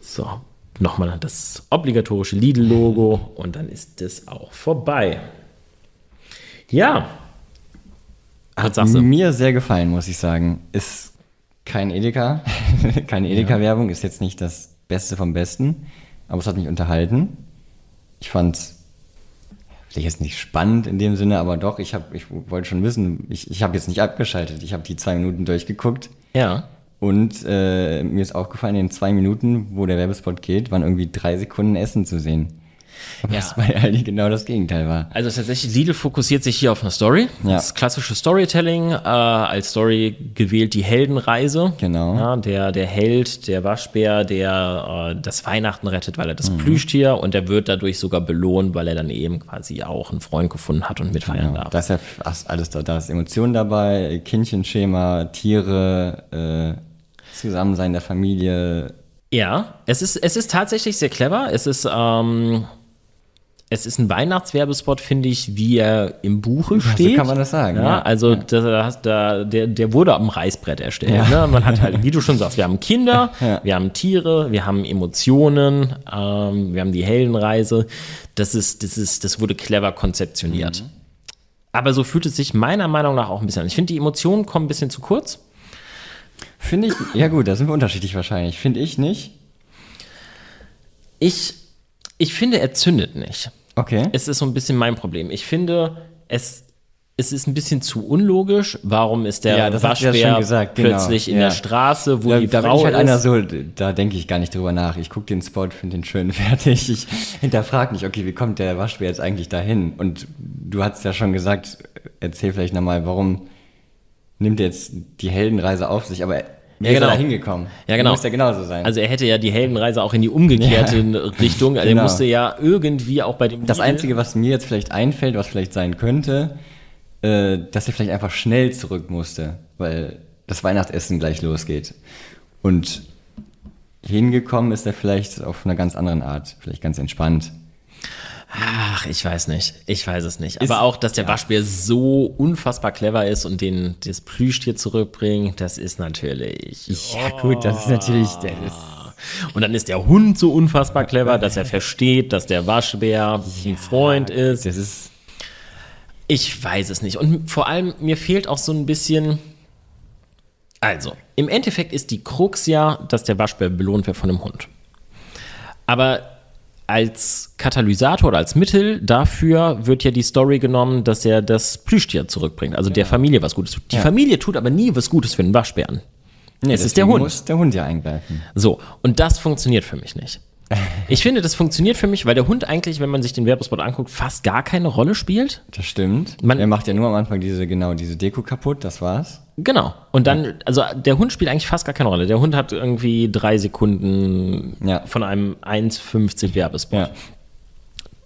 So, nochmal das obligatorische Lidl-Logo und dann ist das auch vorbei. Ja, was sagst du?
Mir sehr gefallen, muss ich sagen. Ist kein Edeka, <laughs> keine Edeka-Werbung, ist jetzt nicht das Beste vom Besten, aber es hat mich unterhalten. Ich fand vielleicht jetzt nicht spannend in dem Sinne, aber doch, ich, hab, ich wollte schon wissen, ich, ich habe jetzt nicht abgeschaltet, ich habe die zwei Minuten durchgeguckt
Ja,
und äh, mir ist aufgefallen, in zwei Minuten, wo der Werbespot geht, waren irgendwie drei Sekunden Essen zu sehen. Was bei Aldi genau das Gegenteil war.
also tatsächlich, Lidl fokussiert sich hier auf eine Story.
Ja.
Das klassische Storytelling, äh, als Story gewählt die Heldenreise.
Genau.
Ja, der, der Held, der Waschbär, der äh, das Weihnachten rettet, weil er
Mhm.
das Plüschtier und der wird dadurch sogar belohnt, weil er dann eben quasi auch einen Freund gefunden hat und mitfeiern
Ja,
darf.
da ist ja fast alles da. Da ist Emotionen dabei, Kindchenschema, Tiere, äh, Zusammensein der Familie.
Ja, es ist, es ist tatsächlich sehr clever. Es ist, ähm, es ist ein Weihnachtswerbespot, finde ich, wie er im Buche steht.
kann man das sagen,
Ja,
ja.
Also Da, hast- da, der, der wurde am Reißbrett erstellt. Ne? Man hat halt, wie du schon sagst, wir haben Kinder,
Ja.
wir haben Tiere, wir haben Emotionen, ähm, wir haben die Heldenreise. Das, ist, das, ist, das wurde clever konzeptioniert.
Mhm.
Aber so fühlt es sich meiner Meinung nach auch ein bisschen an. Ich finde, die Emotionen kommen ein bisschen zu kurz.
Finde ich, ja gut, da sind wir unterschiedlich wahrscheinlich. Finde ich nicht.
Ich, ich finde, er zündet nicht.
Okay.
es ist so ein bisschen mein Problem. Ich finde, es, es ist ein bisschen zu unlogisch. Warum ist der
Ja, das hast du ja
Waschbär
schon gesagt, genau.
plötzlich in
Ja.
der Straße, wo
da
die
da bin
Frau
ich halt
ist?
einer so, da denke ich gar nicht drüber nach. Ich gucke den Spot, finde den schön <laughs> fertig. Ich hinterfrage nicht, okay, wie kommt der Waschbär jetzt eigentlich dahin? Und du hast ja schon gesagt, erzähl vielleicht nochmal, warum nimmt er jetzt die Heldenreise auf sich, aber wie ist
genau.
er da hingekommen?
Ja, genau.
Muss ja genauso sein.
also er hätte ja die Heldenreise auch in die umgekehrte <laughs> Richtung. Also
Genau.
Er musste ja irgendwie auch bei dem
Das
Lidl-
Einzige, was mir jetzt vielleicht einfällt, was vielleicht sein könnte, äh, dass er vielleicht einfach schnell zurück musste, weil das Weihnachtsessen gleich losgeht. Und hingekommen ist er vielleicht auf einer ganz anderen Art, vielleicht ganz entspannt.
Ach, ich weiß nicht. Ich weiß es nicht. Aber auch, dass der Waschbär so unfassbar clever ist und den das Plüschtier zurückbringt, das ist natürlich.
Ja gut, das ist natürlich, der ist,
Und dann ist der Hund so unfassbar clever, dass er versteht, dass der Waschbär ein Freund ist.
das ist
Ich weiß es nicht. Und vor allem, mir fehlt auch so ein bisschen. Also, im Endeffekt ist die Krux ja, dass der Waschbär belohnt wird von einem Hund. Aber als Katalysator oder als Mittel dafür wird ja die Story genommen, dass er das Plüschtier zurückbringt. Also der Familie was Gutes tut. Die
Ja.
Familie tut aber nie was Gutes für den Waschbären.
nee,
es ist der
deswegen
Hund.
Muss der Hund ja eingreifen.
So, und das funktioniert für
<laughs>
mich nicht. Ich finde, das funktioniert für mich, weil der Hund eigentlich, wenn man sich den Werbespot anguckt, fast gar keine Rolle spielt.
Das stimmt.
Man-
er macht ja nur am Anfang diese genau diese Deko kaputt. Das war's.
Genau. Und dann, also der Hund spielt eigentlich fast gar keine Rolle. Der Hund hat irgendwie drei Sekunden
Ja.
von einem 1,50 Werbespot.
Ja.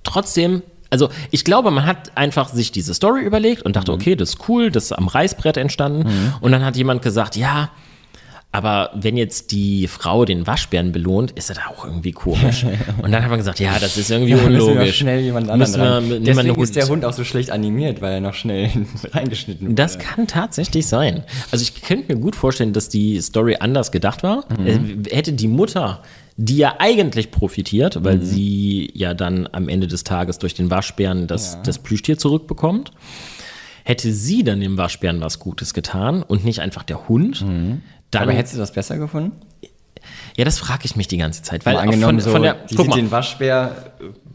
Trotzdem, also ich glaube, man hat einfach sich diese Story überlegt und dachte, okay, das ist cool, das ist am Reißbrett entstanden. Und dann hat jemand gesagt, ja, aber wenn jetzt die Frau den Waschbären belohnt, ist das auch irgendwie <laughs> komisch. und dann hat man gesagt, ja, das ist irgendwie
Müssen wir auch
unlogisch.
schnell jemand anderen
Müssen wir
dran.
mit- niemand
Deswegen
Hund-
ist der Hund auch so schlecht animiert, weil er noch schnell <laughs> reingeschnitten wurde.
Das kann tatsächlich sein. Also ich könnte mir gut vorstellen, dass die Story anders gedacht war.
Mhm.
Äh, Hätte die Mutter, die ja eigentlich profitiert,
Mhm.
weil sie ja dann am Ende des Tages durch den Waschbären das, das Plüschtier zurückbekommt, Hätte sie dann dem Waschbären was Gutes getan und nicht einfach der Hund, dann.
Mhm. Aber hättest du das besser gefunden?
ja, das frage ich mich die ganze Zeit. Weil
Mal
auch von,
angenommen,
von der.
so, die
Guck
sieht
mal,
den Waschbär,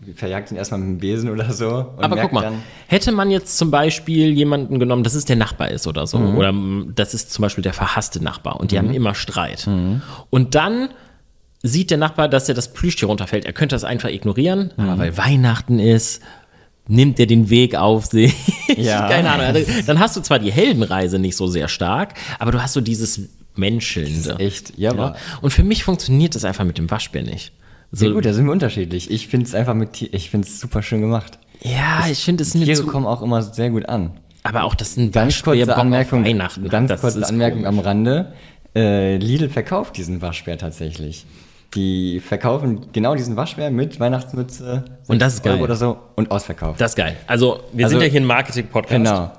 äh, verjagt ihn erstmal mit dem Besen oder so. und
Aber
merkt
guck mal,
dann,
hätte man jetzt zum Beispiel jemanden genommen, das ist der Nachbar ist oder so,
Mhm.
oder mm, das ist zum Beispiel der verhasste Nachbar und die haben immer Streit.
Mhm.
Und dann sieht der Nachbar, dass er das Plüschtier runterfällt. Er könnte das einfach ignorieren,
Mhm.
aber weil Weihnachten ist, nimmt er den Weg auf sich.
<laughs> Ja.
Keine Ahnung. Also, Dann hast du zwar die Heldenreise nicht so sehr stark, aber du hast so dieses Menschelnde.
echt, ja,
Ja.
aber.
Und für mich funktioniert das einfach mit dem Waschbär nicht. So,
Ja, gut, da sind wir unterschiedlich. Ich finde es einfach mit, Ti- ich finde es super schön gemacht.
ja, ich finde es
Tiere
nicht
kommen auch immer sehr gut an.
Aber auch das sind
Ganz kurze Anmerkung,
Weihnachten.
ganz
das
kurze
ist
Anmerkung am
komisch.
Rande. Äh, Lidl verkauft diesen Waschbär tatsächlich. Die verkaufen genau diesen Waschbär mit Weihnachtsmütze
Und das ist
6 Euro
geil.
oder so und ausverkauft.
Das ist geil. Also, wir
Also-
sind ja hier ein Marketing-Podcast.
Genau.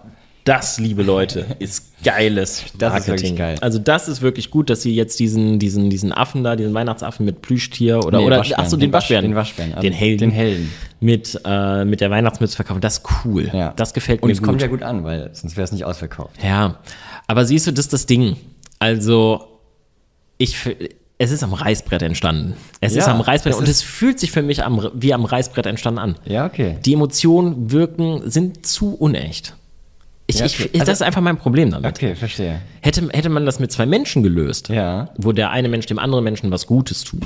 Das, liebe Leute, ist geiles
<laughs>
Marketing.
Das ist wirklich geil.
Also, das ist wirklich gut, dass sie jetzt diesen, diesen, diesen Affen da, diesen Weihnachtsaffen mit Plüschtier oder, oder
Waschbären.
ach so, den
Wasch-
Waschbären.
Den Waschbären. also
den Helden.
Den Helden.
Mit, äh, mit der Weihnachtsmütze verkaufen. Das ist cool.
Ja.
Das gefällt
Und
mir
es
gut.
kommt ja gut an, weil sonst wäre es nicht ausverkauft.
Ja, aber siehst du, das ist das Ding. Also, ich, f- es ist am Reißbrett entstanden. Es
Ja,
ist am Reißbrett
es
und
ist-
es fühlt sich für mich am, R- wie am Reißbrett entstanden an.
Ja, okay.
Die Emotionen wirken, sind zu unecht. Ich,
Ja,
ich,
okay. Also
ich- das ist einfach mein Problem damit.
Okay, verstehe.
Hätte, hätte man das mit zwei Menschen gelöst,
Ja.
wo der eine Mensch dem anderen Menschen was Gutes tut,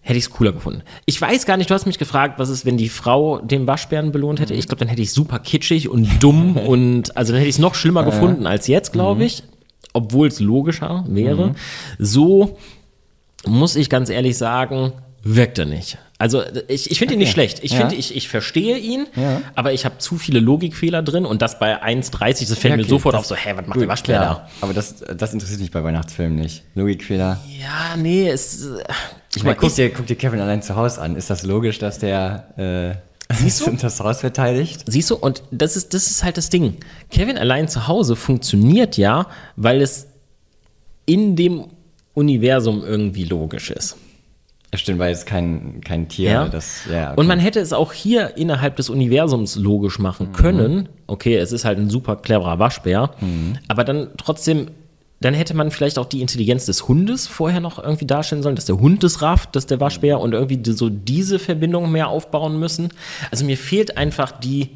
hätte ich es cooler gefunden. Ich weiß gar nicht, du hast mich gefragt, was ist, wenn die Frau den Waschbären belohnt hätte. Ich glaube, dann hätte ich super kitschig und
<laughs>
dumm und also dann hätte ich es noch schlimmer
Äh.
gefunden als jetzt,
Mhm.
glaube ich, obwohl es logischer wäre. So muss ich ganz ehrlich sagen, wirkt er nicht. Also ich, ich finde ihn nicht schlecht. Ich
Ja.
finde, ich, ich verstehe ihn,
Ja.
aber ich habe zu viele Logikfehler drin und das bei 1,30, das fällt
Ja,
mir
okay,
sofort
das-
auf, so, hä, was macht
Gut,
der Waschbär da?
klar. Aber das, das interessiert mich bei Weihnachtsfilmen nicht. Logikfehler.
Ja, nee, es.
äh, Ich meine, guck dir, guck dir Kevin allein zu Hause an. Ist das logisch, dass der äh,
Siehst du?
<laughs> das Haus verteidigt?
siehst du, und das ist, das ist halt das Ding. Kevin allein zu Hause funktioniert ja, weil es in dem Universum irgendwie logisch ist.
Ja, stimmt, weil es kein, kein Tier
Ja.
das. Ja, okay.
Und man hätte es auch hier innerhalb des Universums logisch machen können. Okay, es ist halt ein super cleverer Waschbär, aber dann trotzdem. Dann hätte man vielleicht auch die Intelligenz des Hundes vorher noch irgendwie darstellen sollen, dass der Hund das rafft, dass der Waschbär und irgendwie die- so diese Verbindung mehr aufbauen müssen. Also mir fehlt einfach die.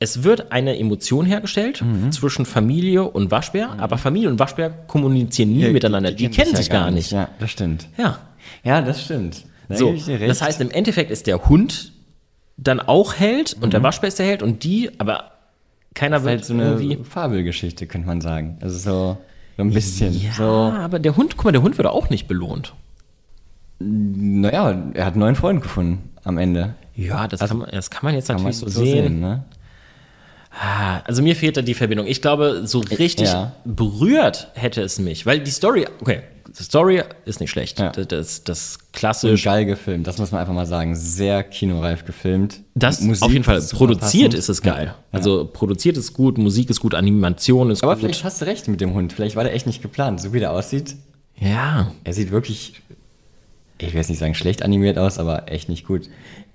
Es wird eine Emotion hergestellt zwischen Familie und Waschbär, aber Familie und Waschbär kommunizieren nie miteinander. Mhm. Die, kennen
ja
sich gar nicht.
Ja, das stimmt.
ja.
Ja, das stimmt. Da
So,
gebe ich dir recht.
das heißt, im Endeffekt ist der Hund dann auch Held und der Waschbär ist der Held und die, aber keiner wird
Mhm. halt so eine
irgendwie.
Fabelgeschichte, könnte man sagen. Also so, so ein bisschen.
Ja,
So,
aber der Hund, guck mal, der Hund wird auch nicht belohnt.
naja, er hat einen neuen Freund gefunden am Ende.
Ja, das, kann, man, das kann man jetzt
Also Kann man
natürlich so sehen.
ne?
Ah, Also mir fehlt da die Verbindung. Ich glaube, so richtig
Äh, Ja.
berührt hätte es mich, weil die Story, okay, die Story ist nicht schlecht.
Ja.
Das, das, das
Und
klassisch.
geil gefilmt, das muss man einfach mal sagen. Sehr kinoreif gefilmt.
Das
Musik
auf jeden Fall.
super
Produziert
passend.
ist es geil. Also produziert ist gut, Musik ist gut, Animation ist
Aber
gut.
vielleicht hast du recht mit dem Hund. Vielleicht war der echt nicht geplant. So wie der aussieht,
Ja.
er sieht wirklich, ich will jetzt nicht sagen schlecht animiert aus, aber echt nicht gut.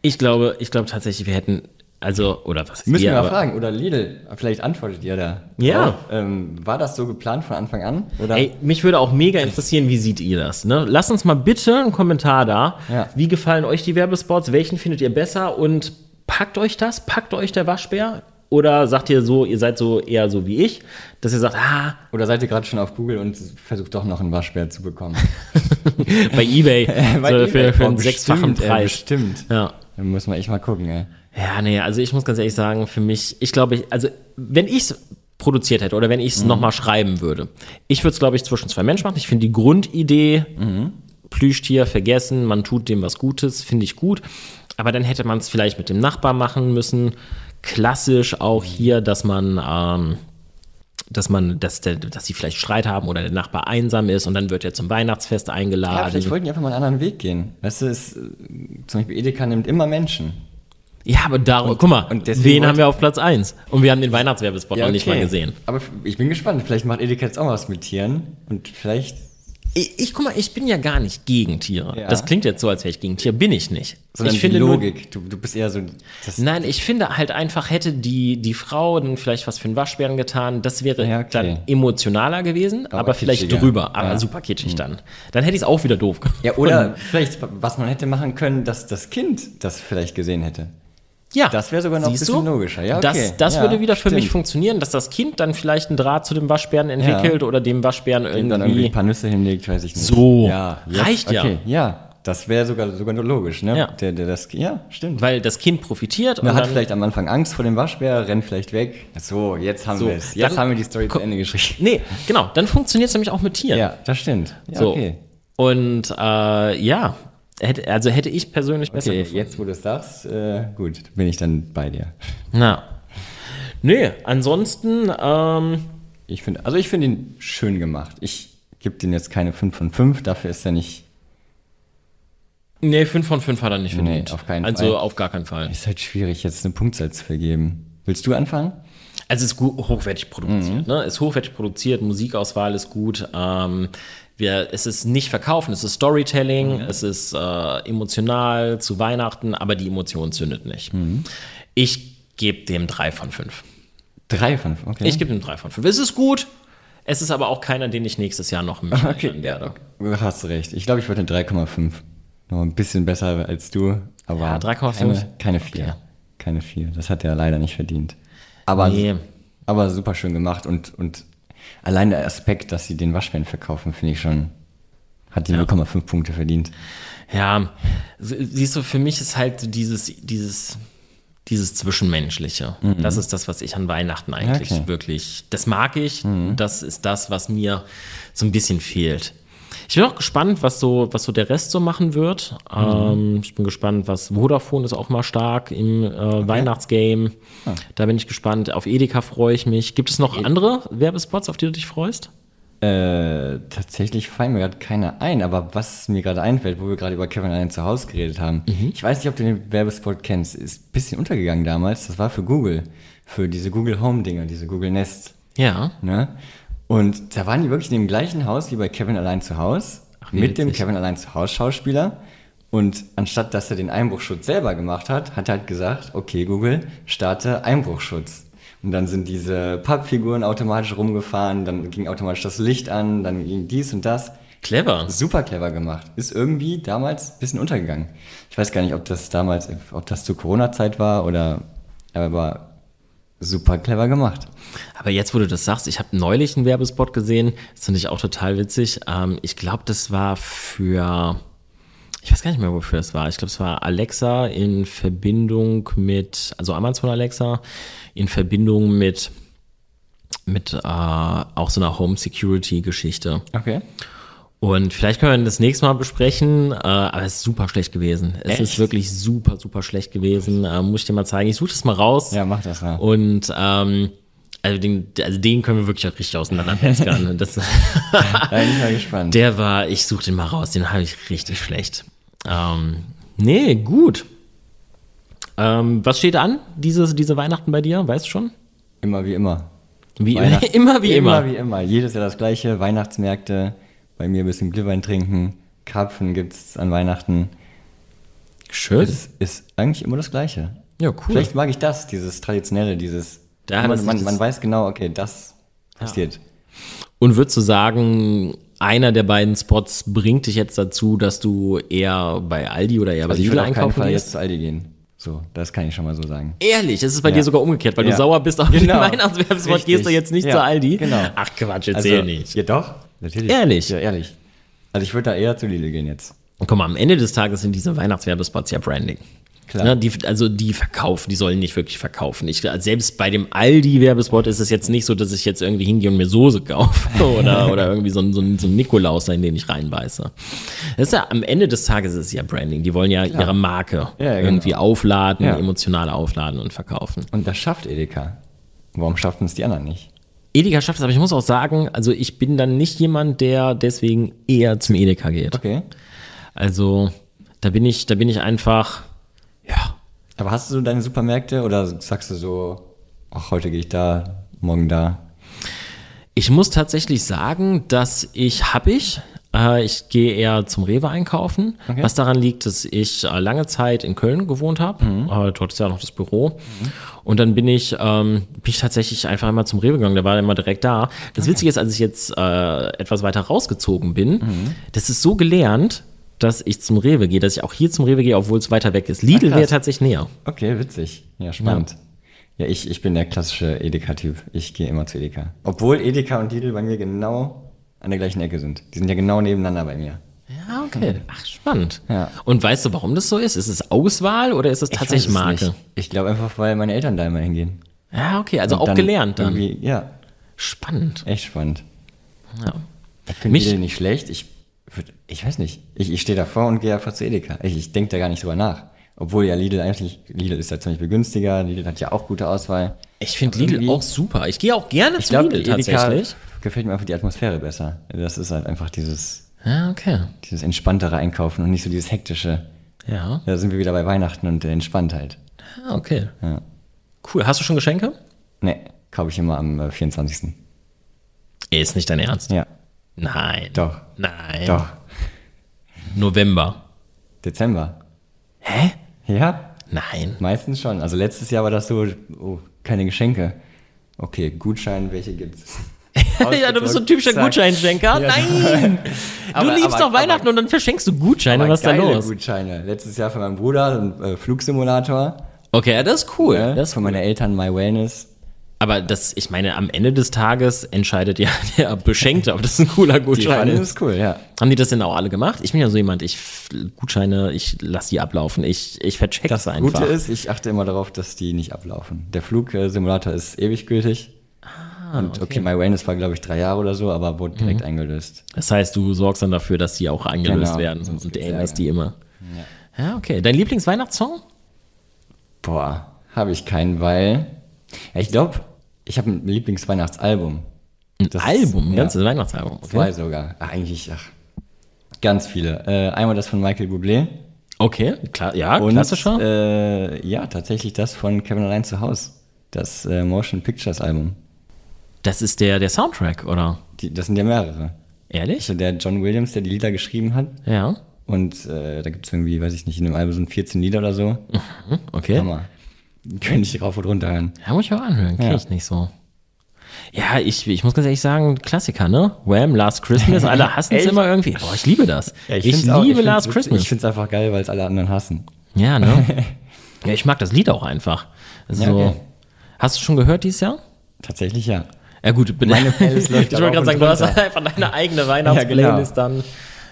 Ich glaube, ich glaube tatsächlich, wir hätten, also, oder was ist
Müssen
wir,
wir mal
aber-
fragen. Oder Lidl, vielleicht antwortet ihr da.
Ja.
drauf. Ähm, war das so geplant von Anfang an? Oder?
Ey, mich würde auch mega interessieren, wie seht ihr das? Ne? Lasst uns mal bitte einen Kommentar da.
Ja.
Wie gefallen euch die Werbespots? Welchen findet ihr besser? Und packt euch das? Packt euch der Waschbär? Oder sagt ihr so, ihr seid so eher so wie ich, dass ihr sagt, ah,
Oder seid ihr gerade schon auf Google und versucht doch noch einen Waschbär zu bekommen?
<laughs>
<laughs>
bei Ebay,
Bei
so für,
eBay.
für
Oh,
einen
bestimmt,
sechsfachen
ey,
Preis.
Bestimmt.
Ja.
Dann muss man echt mal gucken, ey.
Ja, nee, also ich muss ganz ehrlich sagen, für mich, ich glaube, ich, also wenn ich es produziert hätte oder wenn ich es
Mhm.
nochmal schreiben würde, ich würde es, glaube ich, zwischen zwei Menschen machen. Ich finde die Grundidee,
Mhm.
Plüschtier vergessen, man tut dem was Gutes, finde ich gut. Aber dann hätte man es vielleicht mit dem Nachbar machen müssen. Klassisch auch hier, dass man, ähm, dass man, dass, der, dass sie vielleicht Streit haben oder der Nachbar einsam ist und dann wird er zum Weihnachtsfest
Ja,
eingeladen.
vielleicht wollten die einfach mal einen anderen Weg gehen. Weißt du, es, äh, zum Beispiel Edeka nimmt immer Menschen.
Ja, aber darum, guck mal,
und deswegen
wen
wollte-
haben wir auf Platz 1? Und wir haben den Weihnachtswerbespot noch nicht
okay.
mal gesehen.
Aber f- ich bin gespannt. Vielleicht macht Edeka jetzt auch mal was mit Tieren. Und vielleicht
Ich, ich guck mal, ich bin ja gar nicht gegen Tiere.
Ja.
Das klingt jetzt so, als wäre ich gegen Tiere. Bin ich nicht.
Sondern
ich finde
die
nur,
Logik. Du, du bist eher so. Das,
Nein, ich finde halt einfach, hätte die, die Frau dann vielleicht was für einen Waschbären getan, das wäre
Ja, okay.
dann emotionaler gewesen, aber, vielleicht
kitschiger.
drüber, aber
Ja. Hm.
super kitschig dann. Dann hätte ich es auch wieder doof gefunden.
ja, oder vielleicht, was man hätte machen können, dass das Kind das vielleicht gesehen hätte.
<laughs> Ja.
Das wäre sogar noch ein
Siehst
bisschen
du?
logischer. Ja, okay.
Das, das
Ja,
würde wieder für mich
stimmt.
funktionieren, dass das Kind dann vielleicht einen Draht zu dem Waschbären entwickelt oder dem Waschbären
Und dann irgendwie
irgendwie.
ein paar Nüsse hinlegt, weiß ich nicht.
So.
Ja,
Reicht ja.
Okay, ja. Das wäre sogar, sogar nur logisch, ne?
Ja.
Der, der, das, ja, stimmt.
weil das Kind profitiert
Man
und
hat
dann,
vielleicht am Anfang Angst vor dem Waschbär, rennt vielleicht weg. So, jetzt haben
So,
wir es. Jetzt
dann-
haben wir die Story zu Ende geschrieben.
Nee, genau, dann funktioniert es nämlich auch mit Tieren.
Ja, das stimmt. Ja,
so.
Okay,
Und äh, ja, hätte, also hätte ich persönlich besser
okay jetzt wo du es sagst, äh, gut, bin ich dann bei dir.
Na. Nee, ansonsten, ähm,
Ich finde, also ich finde ihn schön gemacht. Ich gebe den jetzt keine 5 von 5, dafür ist er nicht.
nee, 5 von 5 hat er nicht
Nee,
verdient.
auf keinen
also
Fall.
auf gar keinen Fall.
Ist halt schwierig, jetzt eine Punktzahl zu vergeben. Willst du anfangen?
Also es ist gut, hochwertig
Mhm.
produziert, ne? Ist hochwertig produziert, Musikauswahl ist gut. Ähm, wir, es ist nicht verkaufen, es ist Storytelling,
Mhm.
es ist äh, emotional zu Weihnachten, aber die Emotion zündet nicht.
Mhm.
Ich gebe dem 3 von 5.
Drei von 5, okay.
Ich gebe dem 3 von 5. Es ist gut, es ist aber auch keiner, den ich nächstes Jahr noch mitnehmen
Okay,
werde.
Du hast recht. Ich glaube, ich wollte 3,5. Noch ein bisschen besser als du, aber
Ja, 3,5.
keine, keine 4. Keine 4. Das hat er leider nicht verdient. Aber,
Nee.
aber super schön gemacht und, und allein der Aspekt, dass sie den Waschbären verkaufen, finde ich schon, hat die 0,5 Punkte verdient.
Ja, sie- siehst du, für mich ist halt dieses, dieses, dieses Zwischenmenschliche. Das ist das, was ich an Weihnachten eigentlich
Okay.
wirklich, das mag ich. Das ist das, was mir so ein bisschen fehlt. Ich bin auch gespannt, was so, was so der Rest so machen wird. Ähm, ich bin gespannt, was Vodafone ist auch mal stark im äh, Weihnachtsgame. Da bin ich gespannt. Auf Edeka freue ich mich. Gibt es noch andere Werbespots, auf die du dich freust?
Äh, tatsächlich fallen mir gerade keine ein, aber was mir gerade einfällt, wo wir gerade über Kevin allein zu Hause geredet haben, ich weiß nicht, ob du den Werbespot kennst, ist ein bisschen untergegangen damals, das war für Google, für diese Google Home-Dinger, diese Google Nest,
Ja.
ne? Und da waren die wirklich in dem gleichen Haus wie bei Kevin allein zu Hause,
wie
mit dem
witzig.
Kevin allein zu Hause Schauspieler. Und anstatt dass er den Einbruchschutz selber gemacht hat, hat er halt gesagt, okay Google, starte Einbruchschutz. Und dann sind diese Pappfiguren automatisch rumgefahren, dann ging automatisch das Licht an, dann ging dies und das.
Clever.
Super clever gemacht. Ist irgendwie damals ein bisschen untergegangen. Ich weiß gar nicht, ob das damals, ob das zur Corona-Zeit war oder, aber super clever gemacht.
Aber jetzt, wo du das sagst, ich habe neulich einen Werbespot gesehen, das finde ich auch total witzig. Ähm, ich glaube, das war für, ich weiß gar nicht mehr, wofür das war. Ich glaube, es war Alexa in Verbindung mit, also Amazon Alexa in Verbindung mit, mit äh, auch so einer Home Security Geschichte.
Okay.
Und vielleicht können wir das nächste Mal besprechen, äh, aber es ist super schlecht gewesen. Es ist
Echt?
wirklich super, super schlecht gewesen. Äh, muss ich dir mal zeigen. Ich suche das mal raus.
Ja, mach das mal.
Und ähm, also, den, also den können wir wirklich auch richtig auseinanderpeskern.
<laughs>
Und das,
Da bin ich mal gespannt.
der war, ich suche den mal raus, den habe ich richtig schlecht. Ähm, nee, gut. Ähm, was steht an, diese, diese Weihnachten bei dir? Weißt du schon?
Immer wie immer.
Wie
Weihnacht-
<laughs> immer wie immer.
Immer wie immer. Jedes Jahr das gleiche. Weihnachtsmärkte. Bei mir ein bisschen Glühwein trinken. Karpfen gibt's an Weihnachten.
Schön.
Es ist eigentlich immer das Gleiche.
Ja, cool.
Vielleicht mag ich das, dieses Traditionelle, dieses.
Da hat es
man, man,
dieses-
man weiß genau, okay, das passiert.
Und würdest du sagen, einer der beiden Spots bringt dich jetzt dazu, dass du eher bei Aldi oder eher bei
Also ich
Lidl
will auf keinen
einkaufen
Fall
gehst?
jetzt zu Aldi gehen. So, das kann ich schon mal so sagen.
Ehrlich, es ist bei
Ja.
dir sogar umgekehrt, weil du
Ja.
sauer bist auf den
Genau.
Weihnachtswerbespot,
Richtig.
gehst du jetzt nicht
Ja,
zu Aldi.
genau.
Ach Quatsch, erzähl nicht.
Ja, doch. Natürlich.
Ehrlich?
Ja, ehrlich. Also ich würde da eher zu Lidl gehen jetzt.
Und guck mal, am Ende des Tages sind diese Weihnachtswerbespots ja Branding.
Klar.
Ne, die, also die verkaufen, die sollen nicht wirklich verkaufen. Ich, selbst bei dem Aldi-Werbespot ist es jetzt nicht so, dass ich jetzt irgendwie hingehe und mir Soße kaufe <laughs> oder, oder irgendwie so ein, so ein, so ein Nikolaus, in den ich reinbeiße. Das ist ja, am Ende des Tages ist es ja Branding. Die wollen ja ihre Marke
Ja, ja,
irgendwie aufladen,
Ja.
emotional aufladen und verkaufen.
Und das schafft Edeka. Warum schaffen es die anderen nicht?
Edeka schafft es, aber ich muss auch sagen, also ich bin dann nicht jemand, der deswegen eher zum Edeka geht.
Okay.
Also da bin ich, da bin ich einfach, ja,
Aber hast du so deine Supermärkte oder sagst du so, ach, heute gehe ich da, morgen da?
Ich muss tatsächlich sagen, dass ich habe ich. Äh, ich gehe eher zum Rewe einkaufen, was daran liegt, dass ich äh, lange Zeit in Köln gewohnt habe.
Mhm.
Äh, dort ist ja noch das Büro. Und dann bin ich, ähm, bin ich tatsächlich einfach immer zum Rewe gegangen. Der war immer direkt da. Das Witzige ist, als ich jetzt äh, etwas weiter rausgezogen bin,
Mhm.
das ist so gelernt, dass ich zum Rewe gehe, dass ich auch hier zum Rewe gehe, obwohl es weiter weg ist. Lidl
krass.
wäre tatsächlich näher.
Okay, witzig. Ja, spannend. Ja, ich, ich bin der klassische Edeka-Typ. Ich gehe immer zu Edeka. Obwohl Edeka und Lidl bei mir genau an der gleichen Ecke sind. Die sind ja genau nebeneinander bei mir.
Ja, okay. Ach, spannend.
Ja.
Und weißt du, warum das so ist? Ist es Auswahl oder ist es
Ich
tatsächlich
weiß es
Marke?
nicht. Ich glaube einfach, weil meine Eltern da immer hingehen.
Ja, okay, also
Und
auch gelernt dann.
irgendwie- Ja,
Spannend.
echt spannend.
Ja.
Ich finde
Mich-
Lidl nicht schlecht. Ich, würd, ich weiß nicht. Ich, ich stehe davor und gehe einfach zu Edeka. Ich, ich denke da gar nicht drüber nach. Obwohl ja Lidl eigentlich, Lidl ist ja ziemlich viel günstiger. Lidl hat ja auch gute Auswahl.
Ich finde
Aber
Lidl
irgendwie-
auch super. Ich gehe auch gerne
Ich
zu
glaube,
Lidl
Edeka
tatsächlich.
gefällt mir einfach die Atmosphäre besser. Das ist halt einfach dieses,
Ja, okay.
dieses entspanntere Einkaufen und nicht so dieses hektische.
Ja.
Da sind wir wieder bei Weihnachten und halt. der Entspanntheit.
Ah, okay.
Ja.
Cool. Hast du schon Geschenke?
Nee, kaufe ich immer am äh, 24.
Ist nicht dein Ernst.
Ja,
Nein.
Doch.
Nein.
doch.
November.
Dezember.
Hä?
Ja, <laughs>
Nein.
meistens schon. Also letztes Jahr war das so, oh, keine Geschenke. Okay, Gutschein, welche gibt's?
ja, du bist so ein typischer
Zack.
Gutscheinschenker.
Ja.
Nein! du
Aber-
liebst
genau. <laughs> aber-
doch Weihnachten und dann verschenkst du Gutscheine.
Aber
Was ist da
geile
los?
Gutscheine. Letztes Jahr von meinem Bruder, ein äh, Flugsimulator.
Okay, ja, das ist cool.
ne?
Das ist
von meinen Eltern My Wellness.
Aber das, ich meine, am Ende des Tages entscheidet ja <laughs> der Beschenkte, ob das ein cooler
Die
Gutschein
fanden
ist.
es cool, ja.
Haben die das denn auch alle gemacht? Ich bin ja so jemand, ich f- Gutscheine, ich lass die ablaufen. Ich, ich vercheck's
Das
einfach.
Gute ist, ich achte immer darauf, dass die nicht ablaufen. Der Flugsimulator ist ewig gültig. Ah, und okay, My Wellness war, glaube ich, drei Jahre oder so, aber
Mhm.
wurde direkt eingelöst.
Das heißt, du sorgst dann dafür, dass die auch eingelöst
Genau,
werden
sonst
und
gibt's
erinnerst
Ärger.
die immer. Ja. okay. Dein Lieblingsweihnachtssong?
Boah, habe ich keinen, weil. Ja, ich glaube, ich habe ein Lieblingsweihnachtsalbum.
Ein
Das-
Album, ein
ja.
ganzes Weihnachtsalbum.
Zwei
Okay.
sogar. Ach, eigentlich, ach. Ganz viele. Äh, einmal das von Michael Bublé.
okay, klar, ja,
Und,
klassischer.
Äh, ja, tatsächlich das von Kevin allein zu Hause. Das äh, Motion Pictures Album.
das ist der, der Soundtrack, oder?
Die, das sind ja mehrere.
Ehrlich?
Also der John Williams, der die Lieder geschrieben hat.
Ja.
Und äh, da gibt's irgendwie, weiß ich nicht, in dem Album sind 14 Lieder oder so. <laughs>
Okay.
Hammer. Könnte ich rauf und runter hören.
Ja, muss ich auch anhören, kriege
Ja.
ich nicht so. Ja, ich, ich muss ganz ehrlich sagen, Klassiker, ne? Wham, Last
<laughs>
Christmas, alle hassen es
Echt?
immer irgendwie. Boah, ich liebe das. ich
find's
liebe
auch- find's
Last
witzig.
Christmas.
Ich finde es einfach geil, weil es alle anderen hassen. <laughs>
ja, ne? ja, ich mag das Lied auch einfach. So.
okay.
Hast du schon gehört dieses Jahr?
Tatsächlich ja.
Ja <laughs> gut, bin
Meine Playlist
ich
läuft
wollte
da rauf
gerade
und
sagen, du hast
runter. genau.
einfach deine
<laughs>
eigene Weihnachtsplaylist dann.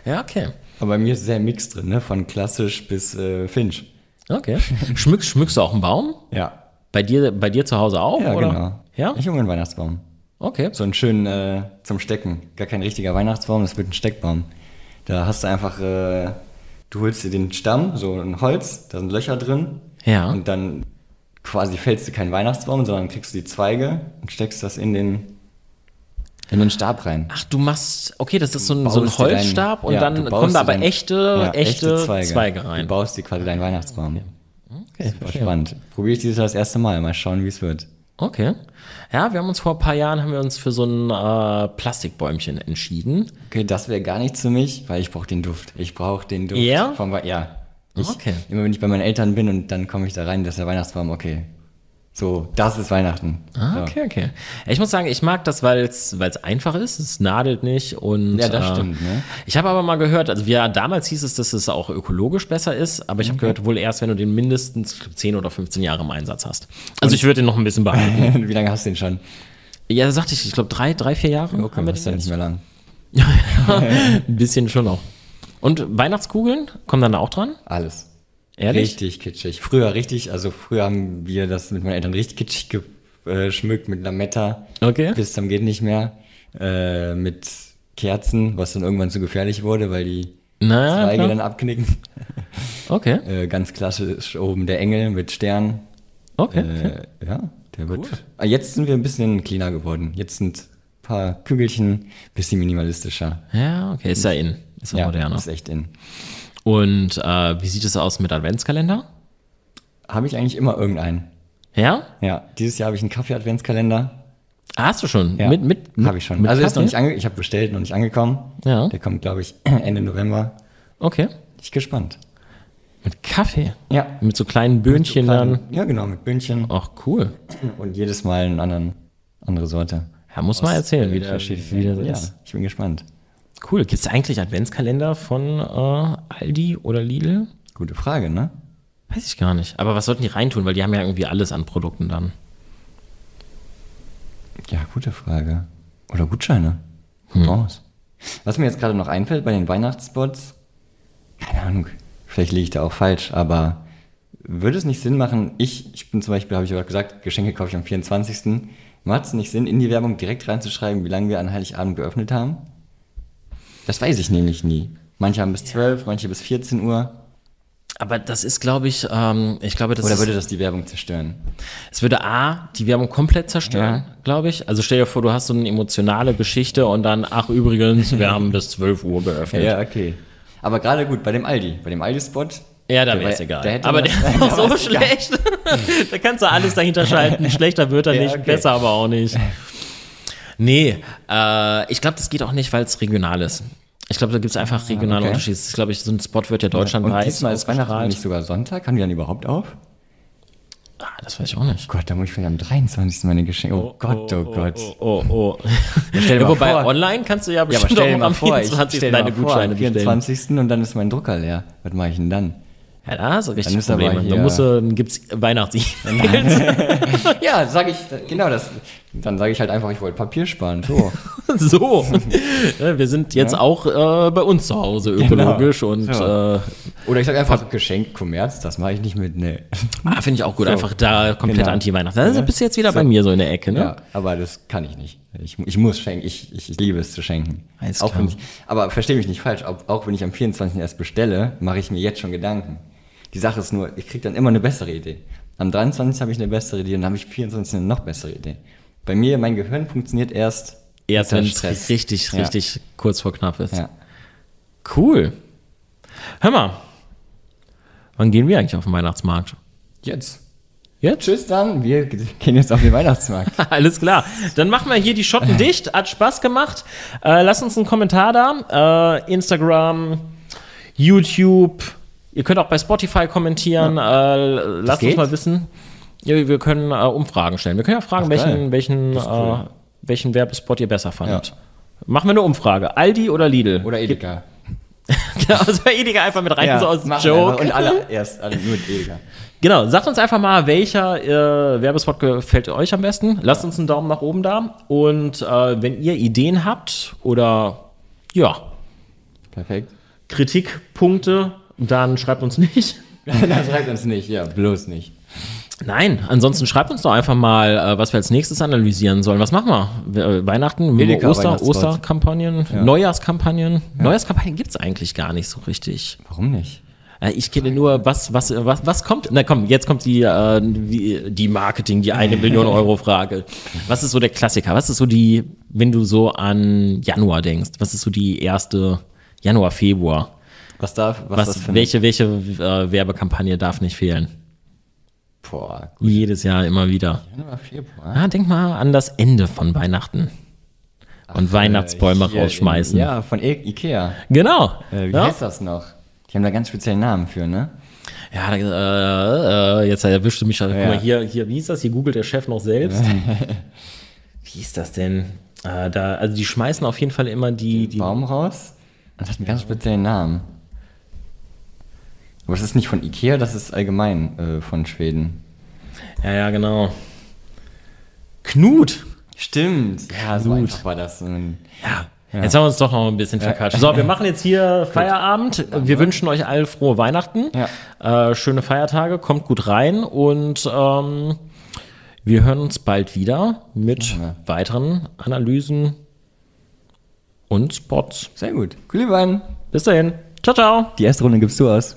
Ja, okay.
Aber bei mir ist sehr Mix drin, ne? Von klassisch bis äh, Finch.
Okay. Schmückst, schmückst du auch einen Baum?
Ja.
Bei dir, bei dir zu Hause auch?
Ja,
oder?
genau.
Ja?
Ich hole mir einen Weihnachtsbaum.
Okay.
So einen schönen äh, zum Stecken. Gar kein richtiger Weihnachtsbaum, das wird ein Steckbaum. Da hast du einfach, äh, du holst dir den Stamm, so ein Holz, da sind Löcher drin.
Ja.
Und dann quasi fällst du keinen Weihnachtsbaum, sondern kriegst du die Zweige und steckst das in den, in den Stab rein.
Ach, du machst, okay, das ist so ein, so ein
Baust dir deinen-
Holzstab und
ja, du
dann
baust
kommen da
dir
aber
deinen-
echte,
ja,
echte, Zweige.
Du
rein.
baust dir quasi deinen Weihnachtsbaum.
Okay,
War
verstehe.
spannend. Probiere ich dieses Jahr das erste Mal. Mal schauen, wie es wird.
okay. Ja, wir haben uns vor ein paar Jahren haben wir uns für so ein äh, Plastikbäumchen entschieden.
Okay, das wäre gar nichts für mich, weil ich brauche den Duft. Ich brauche den Duft.
Ja?
Vom Wei- ja. Ich,
Okay.
Immer wenn ich bei meinen Eltern bin und dann komme ich da rein, das ist der Weihnachtsbaum, okay. So, das ist Weihnachten.
Ah, okay, okay. Ich muss sagen, ich mag das, weil es weil es einfach ist. Es nadelt nicht und äh,
Ja, das stimmt, ne?
Ich habe aber mal gehört, also wir damals hieß es, dass es auch ökologisch besser ist, aber ich habe gehört, wohl erst, wenn du den mindestens ich glaub, 10 oder 15 Jahre im Einsatz hast. Also ich würde den noch ein bisschen
<laughs>
behalten.
wie lange hast du den schon?
ja, sagte ich, ich glaube drei, drei, vier Jahre.
Okay, das ist ja nicht mehr lang.
Ein bisschen schon auch. Und Weihnachtskugeln kommen dann da auch dran?
Alles.
Ehrlich?
Richtig kitschig. Früher richtig, also früher haben wir das mit meinen Eltern richtig kitschig geschmückt mit Lametta.
Okay.
Bis zum geht nicht mehr. Äh, mit Kerzen, was dann irgendwann zu gefährlich wurde, weil die
Na ja,
Zweige
klar.
dann abknicken.
Okay,
Äh, ganz klassisch oben der Engel mit Stern.
okay.
Äh, ja, der wird. Ah, Jetzt sind wir ein bisschen cleaner geworden. Jetzt sind ein paar Kügelchen, ein bisschen minimalistischer.
ja, okay, ist ja in. Ist ja, moderner.
ist echt in.
Und äh, wie sieht es aus mit Adventskalender?
Habe ich eigentlich immer irgendeinen.
Ja?
Ja, dieses Jahr habe ich einen Kaffee-Adventskalender.
Ah, Hast du schon? Mit, mit,
Habe ich schon.
Mit
also ist noch
Kaffee?
nicht ange ich habe bestellt, noch nicht angekommen.
Ja.
Der kommt, glaube ich, <clears throat> Ende November.
Okay.
Bin Ich gespannt.
Mit Kaffee?
Ja.
Mit so kleinen Böhnchen dann?
Ja, genau, mit Bündchen
Ach, cool.
und jedes Mal eine anderen, andere Sorte.
Ja, muss mal erzählen, wie der, wie
Verschiedene.
der so
ja,
ist.
ich bin gespannt.
Cool. Gibt es eigentlich Adventskalender von äh, Aldi oder Lidl?
Gute Frage, ne?
Weiß ich gar nicht. Aber was sollten die reintun? Weil die haben ja irgendwie alles an Produkten dann.
Ja, gute Frage. Oder Gutscheine. Coupons. Was mir jetzt gerade noch einfällt bei den Weihnachtsspots, keine Ahnung, vielleicht liege ich da auch falsch, aber würde es nicht Sinn machen, ich, ich bin zum Beispiel, habe ich gerade gesagt, Geschenke kaufe ich am 24. Macht es nicht Sinn, in die Werbung direkt reinzuschreiben, wie lange wir an Heiligabend geöffnet haben? Das weiß ich nämlich nie. Manche haben bis 12, manche bis 14 Uhr.
Aber das ist, glaube ich, ähm, ich glaube, das
Oder
ist,
würde das die Werbung zerstören?
es würde A, die Werbung komplett zerstören, glaube ich. Also stell dir vor, du hast so eine emotionale Geschichte und dann, ach übrigens, wir haben bis 12 Uhr geöffnet.
Ja, okay. Aber gerade gut, bei dem Aldi, bei dem Aldi-Spot.
Ja, da
Der
wäre es
wär-
egal.
der hätte
aber
was-
der <laughs> ist auch so schlecht. <laughs> da kannst du alles <laughs> dahinter schalten. Schlechter wird er
Ja,
nicht,
okay.
besser aber auch nicht. Nee, äh, ich glaube, das geht auch nicht, weil es regional ist. Ich glaube, da gibt es einfach regionale
okay.
Unterschiede. Ich glaube, ich, so ein Spot wird Ah, ja
Und
deutschlandweit.
diesmal ist Weihnachten
ausgestrahlt.
nicht sogar Sonntag. Haben die dann überhaupt auf? Oh
Ah, das weiß ich auch nicht.
Gott, da muss ich vielleicht am 23. meine Geschenke. Oh, Gott, oh, Gott.
Oh, oh. <laughs>
stell dir
Ja,
mal
wobei
vor-
online kannst du ja
Ja, aber
bestimmt
stell dir
auch
mal
am
vor, ich
24.
stell dir mal
deine
vor, am
Gutscheine bestellen.
24. und dann ist mein Drucker leer. Was mache ich denn
<laughs>
dann?
Ja, da hast du richtig
ist aber
Probleme. Da
hier-
musst du, dann gibt's Weihnachts-E-Mails.
Ja, sage ich, genau das. Dann sage ich halt einfach, ich wollte Papier sparen.
<laughs>
<laughs> So.
So, Ja, wir sind jetzt auch äh, bei uns zu Hause ökologisch
Genau.
und
So.
äh,
Oder ich sage einfach, Geschenk, Kommerz, das mache ich nicht mit. ne. Nee.
ah, finde ich auch gut. Einfach da komplett
Genau.
anti-Weihnachten. Das
Ja.
bist du jetzt wieder
So.
bei mir so in der Ecke, ne?
Ja, aber das kann ich nicht. Ich, ich muss schenken. Ich, ich, ich liebe es zu schenken.
Alles
auch
klar.
wenn ich, aber verstehe mich nicht falsch. Auch, auch wenn ich am 24. erst bestelle, mache ich mir jetzt schon Gedanken. Die Sache ist nur, ich kriege dann immer eine bessere Idee. Am 23. habe ich eine bessere Idee und dann habe ich am 24. eine noch bessere Idee. Bei mir, mein Gehirn funktioniert erst
Erst
unter
wenn es
Stress.
richtig,
Ja.
richtig kurz vor knapp ist.
Ja.
Cool. Hör mal, wann gehen wir eigentlich auf den Weihnachtsmarkt?
Jetzt.
Jetzt?
Tschüss dann, wir gehen jetzt auf den Weihnachtsmarkt.
<laughs> Alles klar. Dann machen wir hier die Schotten dicht. Hat Spaß gemacht. Äh, lasst uns einen Kommentar da. Äh, Instagram, YouTube. Ihr könnt auch bei Spotify kommentieren. Äh, lasst uns
geht?
mal wissen. Ja, wir können äh, Umfragen stellen. Wir können ja fragen, welchen,
geil.
welchen, äh, welchen Werbespot ihr besser fandet. Machen wir eine Umfrage. Aldi oder Lidl? <laughs>
Oder Edeka.
Genau, also bei Edeka einfach mit rein, so aus
machen
Joke.
einfach. Und alle erst, alle nur mit Edeka.
Genau, sagt uns einfach mal, welcher äh, Werbespot gefällt euch am besten. Lasst uns einen Daumen nach oben da. Und äh, wenn ihr Ideen habt oder ja, <laughs>
Perfekt. <laughs>
Kritikpunkte, dann schreibt uns nicht.
Das schreibt uns nicht, ja, bloß nicht.
<laughs> Nein, ansonsten schreibt uns doch einfach mal, äh, was wir als nächstes analysieren sollen. Was machen wir? We- äh, Weihnachten,
Edeka,
Oster,
Weihnachtsspot.
Osterkampagnen, Neujahrskampagnen. Neujahrskampagnen gibt es eigentlich gar nicht so richtig.
Warum nicht?
Äh, Ich kenne nur, was, was, äh, was, was kommt? Na komm, jetzt kommt die, äh, die, die Marketing, die eine Million Euro Frage. Was ist so der Klassiker? Was ist so die, wenn du so an Januar denkst? Was ist so die erste Januar, Februar?
Was darf, was,
Was,
das für eine-
welche, welche äh, Werbekampagne darf nicht fehlen?
Boah, gut.
Jedes Jahr immer wieder.
Januar, Februar.
Ah, denk mal an das Ende von Weihnachten. Und Weihnachtsbäume
Äh, hier
rausschmeißen.
In, ja, von I Ikea.
Genau.
Äh, wie
ja?
heißt das noch? Die haben da ganz speziellen Namen für, ne?
Ja, da- äh, äh, jetzt erwischte mich schon. Guck
Ja.
mal, hier, hier, wie ist das? Hier googelt der Chef noch selbst. wie ist das denn? Äh, da, also die schmeißen auf jeden Fall immer die. die
Baum raus. Das hat einen ganz speziellen Namen. Aber das ist nicht von Ikea, das ist allgemein äh, von Schweden.
ja, ja, genau. Knut.
Stimmt. Ja, so
Gut.
einfach war das. Und
Ja. Jetzt haben wir uns doch noch ein bisschen verquatscht. So, wir machen jetzt hier Feierabend. Wir wünschen euch allen frohe Weihnachten. Äh, schöne Feiertage. Kommt gut rein. Und ähm, wir hören uns bald wieder mit weiteren Analysen und Spots.
Sehr gut. Glühwein.
Bis dahin. Ciao, ciao.
Die erste Runde gibst du aus.